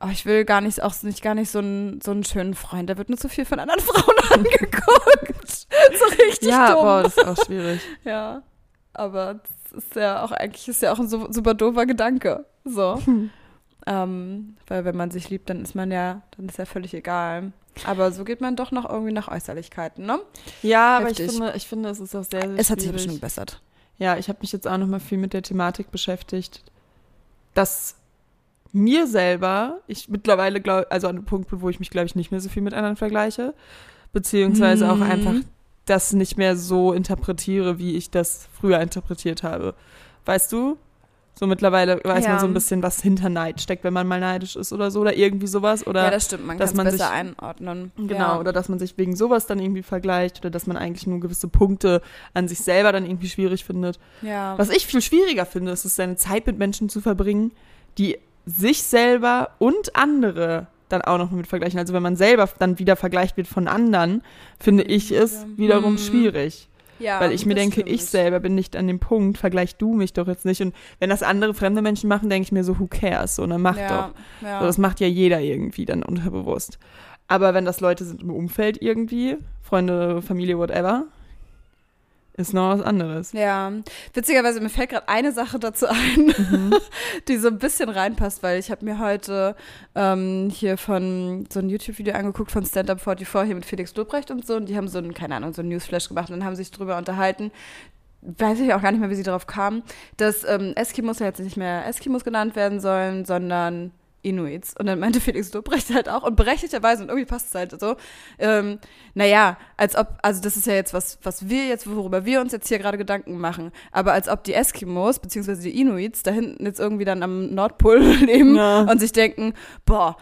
[SPEAKER 2] oh, ich will gar nicht, auch nicht gar nicht so einen, so einen schönen Freund. Da wird nur zu viel von anderen *laughs* Frauen angeguckt. so richtig
[SPEAKER 1] ja,
[SPEAKER 2] dumm.
[SPEAKER 1] boah, das ist auch schwierig.
[SPEAKER 2] *laughs* Ja, aber das ist ja auch eigentlich ist ja auch ein so, super doofer Gedanke. So.
[SPEAKER 1] Hm.
[SPEAKER 2] Ähm, weil wenn man sich liebt, dann ist man ja, dann ist ja völlig egal. Aber so geht man doch noch irgendwie nach Äußerlichkeiten, ne?
[SPEAKER 1] Ja, aber
[SPEAKER 2] Heftig.
[SPEAKER 1] ich finde, ich finde, es ist auch sehr, sehr
[SPEAKER 2] Es hat sich aber
[SPEAKER 1] schwierig.
[SPEAKER 2] schon gebessert.
[SPEAKER 1] Ja, ich habe mich jetzt auch noch mal viel mit der Thematik beschäftigt, dass mir selber, ich mittlerweile glaube, also an einem Punkt bin, wo ich mich glaube ich nicht mehr so viel mit anderen vergleiche, beziehungsweise auch
[SPEAKER 2] Mhm.
[SPEAKER 1] einfach das nicht mehr so interpretiere, wie ich das früher interpretiert habe. Weißt du? So mittlerweile weiß
[SPEAKER 2] Ja.
[SPEAKER 1] man so ein bisschen, was hinter Neid steckt, wenn man mal neidisch ist oder so oder irgendwie sowas oder
[SPEAKER 2] ja, das stimmt, man kann
[SPEAKER 1] äh, dass
[SPEAKER 2] es
[SPEAKER 1] man
[SPEAKER 2] besser
[SPEAKER 1] sich-
[SPEAKER 2] einordnen.
[SPEAKER 1] Genau,
[SPEAKER 2] ja.
[SPEAKER 1] oder dass man sich wegen sowas dann irgendwie vergleicht oder dass man eigentlich nur gewisse Punkte an sich selber dann irgendwie schwierig findet.
[SPEAKER 2] ja.
[SPEAKER 1] Was ich viel schwieriger finde, ist es, seine Zeit mit Menschen zu verbringen, die sich selber und andere dann auch noch mit vergleichen. Also wenn man selber dann wieder vergleicht wird von anderen, finde ich es
[SPEAKER 2] Hm.
[SPEAKER 1] wiederum schwierig.
[SPEAKER 2] Ja,
[SPEAKER 1] weil ich mir
[SPEAKER 2] das
[SPEAKER 1] denke,
[SPEAKER 2] stimmt.
[SPEAKER 1] ich selber bin nicht an dem Punkt, vergleich du mich doch jetzt nicht. Und wenn das andere fremde Menschen machen, denke ich mir so, who cares? So, dann mach
[SPEAKER 2] ja,
[SPEAKER 1] doch.
[SPEAKER 2] Ja.
[SPEAKER 1] So, das macht ja jeder irgendwie dann unterbewusst. Aber wenn das Leute sind im Umfeld irgendwie, Freunde, Familie, whatever, ist noch was anderes.
[SPEAKER 2] Ja, witzigerweise, mir fällt gerade eine Sache dazu ein, *laughs* die so ein bisschen reinpasst, weil ich habe mir heute ähm, hier von so ein YouTube-Video angeguckt von Stand Up 44 hier mit Felix Lobrecht und so und die haben so ein, keine Ahnung, so ein Newsflash gemacht und dann haben sich drüber unterhalten. Weiß ich auch gar nicht mehr, wie sie darauf kamen, dass ähm, Eskimos ja jetzt nicht mehr Eskimos genannt werden sollen, sondern Inuits. Und dann meinte *laughs* Felix Lobrecht halt auch, und berechtigterweise, und irgendwie passt es halt so, ähm, naja, als ob, also das ist ja jetzt was, was wir jetzt, worüber wir uns jetzt hier gerade Gedanken machen, aber als ob die Eskimos, beziehungsweise die Inuits, da hinten jetzt irgendwie dann am Nordpol *laughs* leben
[SPEAKER 1] Ja.
[SPEAKER 2] und sich denken, boah,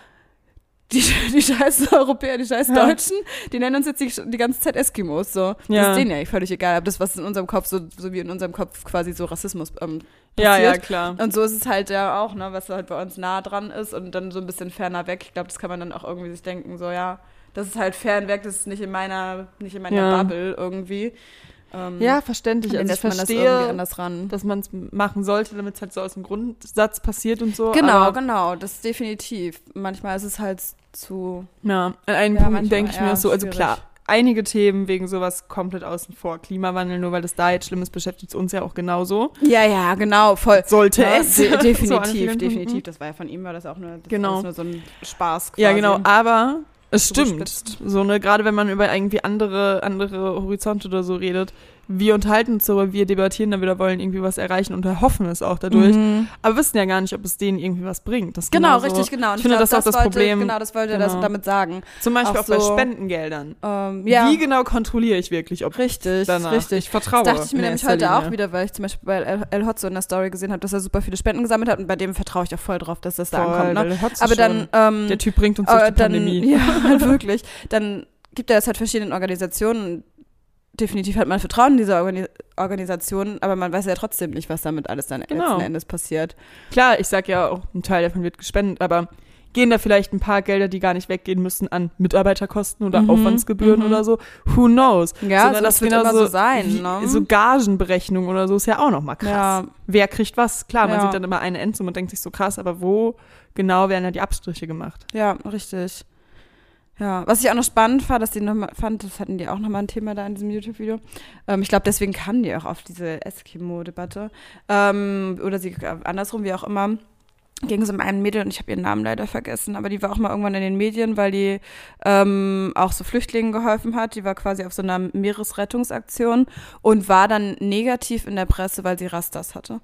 [SPEAKER 2] die, die scheiß Europäer, die scheiß
[SPEAKER 1] Ja.
[SPEAKER 2] Deutschen, die nennen uns jetzt die, die ganze Zeit Eskimos, so. Das
[SPEAKER 1] Ja.
[SPEAKER 2] ist denen ja eigentlich völlig egal, aber das, was in unserem Kopf, so, so wie in unserem Kopf quasi so Rassismus ähm,
[SPEAKER 1] Ja,
[SPEAKER 2] passiert,
[SPEAKER 1] ja, klar.
[SPEAKER 2] und so ist es halt ja auch, ne, was halt bei uns nah dran ist und dann so ein bisschen ferner weg. Ich glaube, das kann man dann auch irgendwie sich denken, so ja, das ist halt fern weg, das ist nicht in meiner, nicht in meiner
[SPEAKER 1] Ja.
[SPEAKER 2] Bubble irgendwie. Ähm,
[SPEAKER 1] Ja,
[SPEAKER 2] und
[SPEAKER 1] verständlich.
[SPEAKER 2] dann
[SPEAKER 1] Also ich
[SPEAKER 2] lässt man das
[SPEAKER 1] verstehe,
[SPEAKER 2] irgendwie anders ran.
[SPEAKER 1] dass man es machen sollte, damit es halt so aus dem Grundsatz passiert und so.
[SPEAKER 2] genau,
[SPEAKER 1] aber-
[SPEAKER 2] genau, das ist definitiv. Manchmal ist es halt zu.
[SPEAKER 1] Ja, an einem
[SPEAKER 2] Ja, manchmal,
[SPEAKER 1] Punkt denke ich mir
[SPEAKER 2] ja,
[SPEAKER 1] das so, also
[SPEAKER 2] schwierig.
[SPEAKER 1] klar, einige Themen wegen sowas komplett außen vor. Klimawandel, nur weil das da jetzt schlimm ist, beschäftigt es uns ja auch genauso.
[SPEAKER 2] Ja, ja, genau, voll.
[SPEAKER 1] Sollte
[SPEAKER 2] Ja,
[SPEAKER 1] *laughs* es.
[SPEAKER 2] *laughs* de-
[SPEAKER 1] So an vielen
[SPEAKER 2] definitiv,
[SPEAKER 1] Punkten.
[SPEAKER 2] definitiv. Das war ja von ihm, war das auch nur, das
[SPEAKER 1] Genau.
[SPEAKER 2] war alles nur so ein Spaß quasi.
[SPEAKER 1] Ja, genau, aber es stimmt.
[SPEAKER 2] Zugespitzt.
[SPEAKER 1] So, ne, gerade wenn man über irgendwie andere, andere Horizonte oder so redet, wir unterhalten uns darüber, wir debattieren darüber, wollen irgendwie was erreichen und erhoffen es auch dadurch,
[SPEAKER 2] Mhm.
[SPEAKER 1] aber wissen ja gar nicht, ob es denen irgendwie was bringt. Das ist
[SPEAKER 2] Genau,
[SPEAKER 1] genauso-
[SPEAKER 2] richtig, genau. Und
[SPEAKER 1] Ich finde,
[SPEAKER 2] glaub,
[SPEAKER 1] das ist auch das
[SPEAKER 2] wollte,
[SPEAKER 1] Problem.
[SPEAKER 2] Genau, das wollte er
[SPEAKER 1] Genau.
[SPEAKER 2] das damit sagen.
[SPEAKER 1] Zum Beispiel auch,
[SPEAKER 2] auch
[SPEAKER 1] bei
[SPEAKER 2] so-
[SPEAKER 1] Spendengeldern.
[SPEAKER 2] Ähm, ja.
[SPEAKER 1] Wie genau kontrolliere ich wirklich, ob
[SPEAKER 2] Richtig,
[SPEAKER 1] danach
[SPEAKER 2] richtig.
[SPEAKER 1] ich vertraue?
[SPEAKER 2] Das dachte ich mir
[SPEAKER 1] in
[SPEAKER 2] nämlich
[SPEAKER 1] erster
[SPEAKER 2] heute
[SPEAKER 1] Linie.
[SPEAKER 2] auch wieder, weil ich zum Beispiel bei El, El Hotzo in der Story gesehen habe, dass er super viele Spenden gesammelt hat und bei dem vertraue ich auch voll drauf, dass das da
[SPEAKER 1] Voll,
[SPEAKER 2] ankommt. Ne?
[SPEAKER 1] weil hat's
[SPEAKER 2] Aber
[SPEAKER 1] schon.
[SPEAKER 2] dann, ähm,
[SPEAKER 1] Der Typ bringt uns durch
[SPEAKER 2] äh,
[SPEAKER 1] die
[SPEAKER 2] dann
[SPEAKER 1] Pandemie. *laughs*
[SPEAKER 2] *laughs* ja, halt wirklich, dann gibt er das halt verschiedenen Organisationen. Definitiv hat man Vertrauen in diese Organi Organisationen, aber man weiß ja trotzdem nicht, was damit alles dann
[SPEAKER 1] Genau.
[SPEAKER 2] letzten Endes passiert.
[SPEAKER 1] Klar, ich sag ja auch, ein Teil davon wird gespendet, aber gehen da vielleicht ein paar Gelder, die gar nicht weggehen müssen, an Mitarbeiterkosten oder
[SPEAKER 2] Mhm,
[SPEAKER 1] Aufwandsgebühren
[SPEAKER 2] mhm.
[SPEAKER 1] oder so? Who knows?
[SPEAKER 2] Ja,
[SPEAKER 1] Sondern
[SPEAKER 2] so, das wird
[SPEAKER 1] genau
[SPEAKER 2] immer so sein.
[SPEAKER 1] wie-
[SPEAKER 2] ne?
[SPEAKER 1] So Gagenberechnung oder so ist ja auch nochmal krass.
[SPEAKER 2] Ja.
[SPEAKER 1] Wer kriegt was? Klar, man
[SPEAKER 2] Ja.
[SPEAKER 1] sieht dann immer eine Endsumme und denkt sich so krass, aber wo genau werden da die Abstriche gemacht?
[SPEAKER 2] Ja, richtig. Ja, was ich auch noch spannend fand, dass die noch mal, fand, das hatten die auch nochmal ein Thema da in diesem YouTube-Video. Ähm, ich glaube, deswegen kamen die auch auf diese Eskimo-Debatte. Ähm, oder sie äh, andersrum, wie auch immer. Ging es um einen Mädel und ich habe ihren Namen leider vergessen, aber die war auch mal irgendwann in den Medien, weil die ähm, auch so Flüchtlingen geholfen hat. Die war quasi auf so einer Meeresrettungsaktion und war dann negativ in der Presse, weil sie Rastas hatte.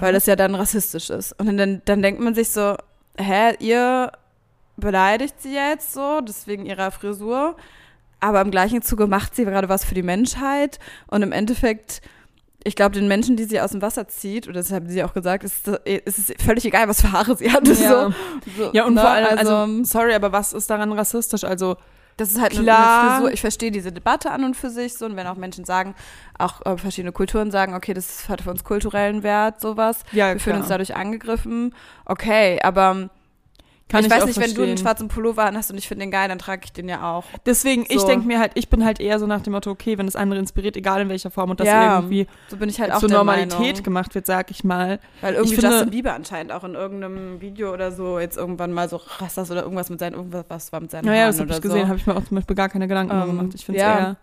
[SPEAKER 2] Weil das ja dann rassistisch ist. Und dann, dann denkt man sich so, hä, ihr beleidigt sie jetzt so, deswegen ihrer Frisur. Aber im gleichen Zuge macht sie gerade was für die Menschheit. Und im Endeffekt, ich glaube, den Menschen, die sie aus dem Wasser zieht, oder das haben sie auch gesagt, ist, ist es völlig egal, was für Haare sie hat. *laughs*
[SPEAKER 1] Ja.
[SPEAKER 2] So, so,
[SPEAKER 1] Ja, und
[SPEAKER 2] ne?
[SPEAKER 1] vor allem, also, sorry, aber was ist daran rassistisch? Also,
[SPEAKER 2] das ist halt
[SPEAKER 1] Klar.
[SPEAKER 2] eine Frisur. Ich verstehe diese Debatte an und für sich so. Und wenn auch Menschen sagen, auch äh, verschiedene Kulturen sagen, okay, das hat für uns kulturellen Wert, sowas.
[SPEAKER 1] ja,
[SPEAKER 2] Wir
[SPEAKER 1] klar.
[SPEAKER 2] fühlen uns dadurch angegriffen. Okay, aber
[SPEAKER 1] Kann
[SPEAKER 2] ich,
[SPEAKER 1] ich
[SPEAKER 2] weiß
[SPEAKER 1] auch
[SPEAKER 2] nicht, wenn du einen
[SPEAKER 1] verstehen.
[SPEAKER 2] schwarzen Pullover anhast und ich finde den geil, dann trage ich den ja auch.
[SPEAKER 1] Deswegen, ich
[SPEAKER 2] So.
[SPEAKER 1] denke mir halt, ich bin halt eher so nach dem Motto, okay, wenn das andere inspiriert, egal in welcher Form und das
[SPEAKER 2] Ja,
[SPEAKER 1] irgendwie
[SPEAKER 2] So bin ich halt auch
[SPEAKER 1] zur
[SPEAKER 2] der
[SPEAKER 1] Normalität
[SPEAKER 2] Meinung.
[SPEAKER 1] gemacht wird, sag ich mal.
[SPEAKER 2] Weil irgendwie
[SPEAKER 1] Ich finde-
[SPEAKER 2] Justin Bieber anscheinend auch in irgendeinem Video oder so jetzt irgendwann mal so Rastas oder irgendwas mit seinen, irgendwas was war mit seinen
[SPEAKER 1] Naja,
[SPEAKER 2] Haaren
[SPEAKER 1] das habe
[SPEAKER 2] oder
[SPEAKER 1] ich gesehen,
[SPEAKER 2] so.
[SPEAKER 1] habe ich mir auch zum Beispiel gar keine Gedanken um,
[SPEAKER 2] Ähm,
[SPEAKER 1] gemacht. Ich finde es
[SPEAKER 2] ja,
[SPEAKER 1] eher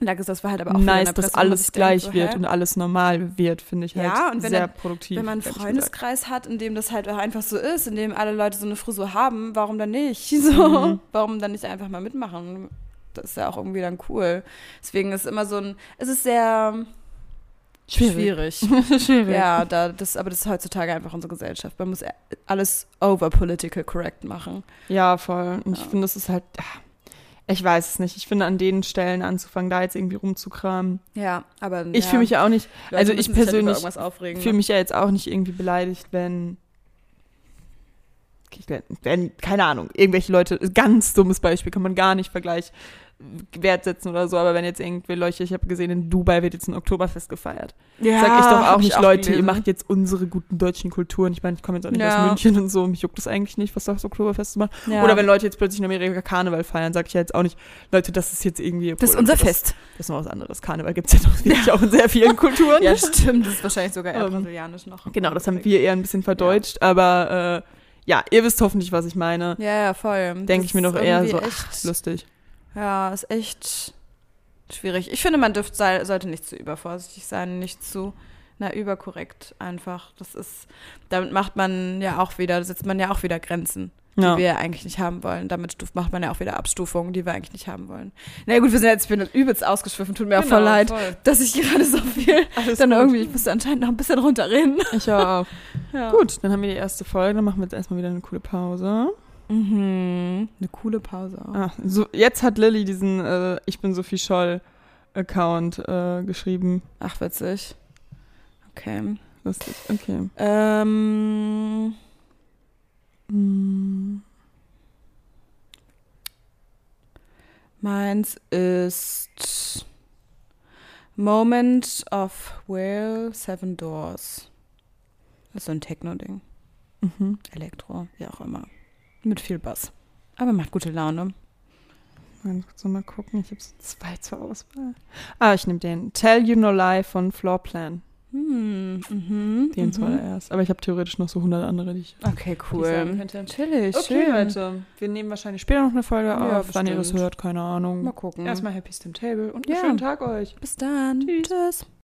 [SPEAKER 2] Und da ist das war halt aber auch wieder in
[SPEAKER 1] nice,
[SPEAKER 2] der
[SPEAKER 1] dass
[SPEAKER 2] Presse, wo man
[SPEAKER 1] alles
[SPEAKER 2] sich
[SPEAKER 1] gleich
[SPEAKER 2] denkt, so,
[SPEAKER 1] wird
[SPEAKER 2] hä?
[SPEAKER 1] und alles normal wird, finde ich halt
[SPEAKER 2] Ja, und wenn
[SPEAKER 1] sehr
[SPEAKER 2] dann-
[SPEAKER 1] produktiv.
[SPEAKER 2] Wenn man einen
[SPEAKER 1] ehrlich gesagt.
[SPEAKER 2] Freundeskreis hat, in dem das halt auch einfach so ist, in dem alle Leute so eine Frisur haben, warum dann nicht? *laughs* So,
[SPEAKER 1] Mhm.
[SPEAKER 2] warum dann nicht einfach mal mitmachen? Das ist ja auch irgendwie dann cool. Deswegen ist immer so ein, es ist sehr
[SPEAKER 1] *laughs* Schwierig.
[SPEAKER 2] schwierig.
[SPEAKER 1] Schwierig.
[SPEAKER 2] Ja, da, das, aber das ist heutzutage einfach unsere Gesellschaft. Man muss e- alles over political correct machen.
[SPEAKER 1] Ja, voll. Und ich
[SPEAKER 2] Ja.
[SPEAKER 1] finde, das ist halt, ah, ich weiß es nicht. Ich finde, an den Stellen anzufangen, da jetzt irgendwie rumzukramen.
[SPEAKER 2] Ja, aber
[SPEAKER 1] Ich fühle mich ja auch nicht, also ich persönlich
[SPEAKER 2] ne? halt über irgendwas aufregen.
[SPEAKER 1] fühle mich ja jetzt auch nicht irgendwie beleidigt, wenn ich wenn, keine Ahnung, irgendwelche Leute, ganz dummes Beispiel, kann man gar nicht vergleichen, Wert setzen oder so, aber wenn jetzt irgendwelche Leute, ich habe gesehen, in Dubai wird jetzt ein Oktoberfest gefeiert.
[SPEAKER 2] Ja,
[SPEAKER 1] Sag ich doch auch nicht, Leute, ihr
[SPEAKER 2] gelesen.
[SPEAKER 1] macht jetzt unsere guten deutschen Kulturen. Ich meine, ich komme jetzt auch nicht
[SPEAKER 2] Ja.
[SPEAKER 1] aus München und so, mich juckt das eigentlich nicht, was das Oktoberfest zu machen.
[SPEAKER 2] Ja.
[SPEAKER 1] Oder wenn Leute jetzt plötzlich in Amerika Karneval feiern, sage ich ja jetzt auch nicht, Leute, das ist jetzt irgendwie.
[SPEAKER 2] Das ist
[SPEAKER 1] obwohl,
[SPEAKER 2] unser
[SPEAKER 1] okay,
[SPEAKER 2] Fest.
[SPEAKER 1] Das, das ist noch was anderes. Karneval gibt es ja doch wirklich auch in sehr
[SPEAKER 2] *laughs*
[SPEAKER 1] vielen Kulturen. *laughs*
[SPEAKER 2] Ja, stimmt. Das ist wahrscheinlich sogar eher
[SPEAKER 1] Ähm,
[SPEAKER 2] brasilianisch noch.
[SPEAKER 1] Genau, das haben wir eher ein bisschen verdeutscht, aber äh, ja, ihr wisst hoffentlich, was ich meine.
[SPEAKER 2] Ja, ja, voll.
[SPEAKER 1] Denke
[SPEAKER 2] Das
[SPEAKER 1] ich mir doch
[SPEAKER 2] ist
[SPEAKER 1] eher
[SPEAKER 2] irgendwie
[SPEAKER 1] so,
[SPEAKER 2] echt-
[SPEAKER 1] Lustig.
[SPEAKER 2] Ja, ist echt schwierig. Ich finde, man dürft, sei, sollte nicht zu übervorsichtig sein, nicht zu, na, überkorrekt einfach. Das ist, damit macht man ja auch wieder, setzt man ja auch wieder Grenzen, die
[SPEAKER 1] Ja.
[SPEAKER 2] wir eigentlich nicht haben wollen. Damit stuf, macht man ja auch wieder Abstufungen, die wir eigentlich nicht haben wollen. Na gut, wir sind jetzt, ich bin übelst ausgeschwiffen, tut mir
[SPEAKER 1] Genau,
[SPEAKER 2] auch voll leid, dass ich gerade so viel
[SPEAKER 1] Alles
[SPEAKER 2] dann
[SPEAKER 1] gut.
[SPEAKER 2] irgendwie, ich musste anscheinend noch ein bisschen runterreden.
[SPEAKER 1] Ich höre auf.
[SPEAKER 2] Ja.
[SPEAKER 1] Gut, dann haben wir die erste Folge, dann machen wir jetzt erstmal wieder eine coole Pause.
[SPEAKER 2] Mhm. Eine coole Pause auch.
[SPEAKER 1] Ah, so, jetzt hat Lilly diesen äh, Ich bin Sophie Scholl-Account äh, geschrieben.
[SPEAKER 2] Ach, witzig. Okay.
[SPEAKER 1] Lustig, okay.
[SPEAKER 2] Ähm,
[SPEAKER 1] Hm.
[SPEAKER 2] meins ist Moment of Will Seven Doors. Das ist so ein Techno-Ding.
[SPEAKER 1] Mhm.
[SPEAKER 2] Elektro, wie auch immer. Mit viel Bass. Aber macht gute Laune.
[SPEAKER 1] Dann kurz noch mal gucken, ich habe so zwei zur Auswahl. Ah, ich nehme den. Tell You No Lie von Floorplan.
[SPEAKER 2] Hm, mhm,
[SPEAKER 1] Den
[SPEAKER 2] mhm.
[SPEAKER 1] zuallererst. Aber ich habe theoretisch noch so 100 andere, die ich
[SPEAKER 2] Okay,
[SPEAKER 1] sagen
[SPEAKER 2] cool.
[SPEAKER 1] könnte.
[SPEAKER 2] Chillig,
[SPEAKER 1] Okay,
[SPEAKER 2] schön.
[SPEAKER 1] Leute, wir nehmen wahrscheinlich später noch eine Folge
[SPEAKER 2] Ja,
[SPEAKER 1] auf, wann ihr das
[SPEAKER 2] bestimmt.
[SPEAKER 1] hört, keine
[SPEAKER 2] Mal
[SPEAKER 1] Ahnung.
[SPEAKER 2] gucken.
[SPEAKER 1] Erstmal Happy Stem Table und
[SPEAKER 2] Ja.
[SPEAKER 1] einen schönen Tag euch.
[SPEAKER 2] Bis dann.
[SPEAKER 1] Tschüss.
[SPEAKER 2] Tschüss.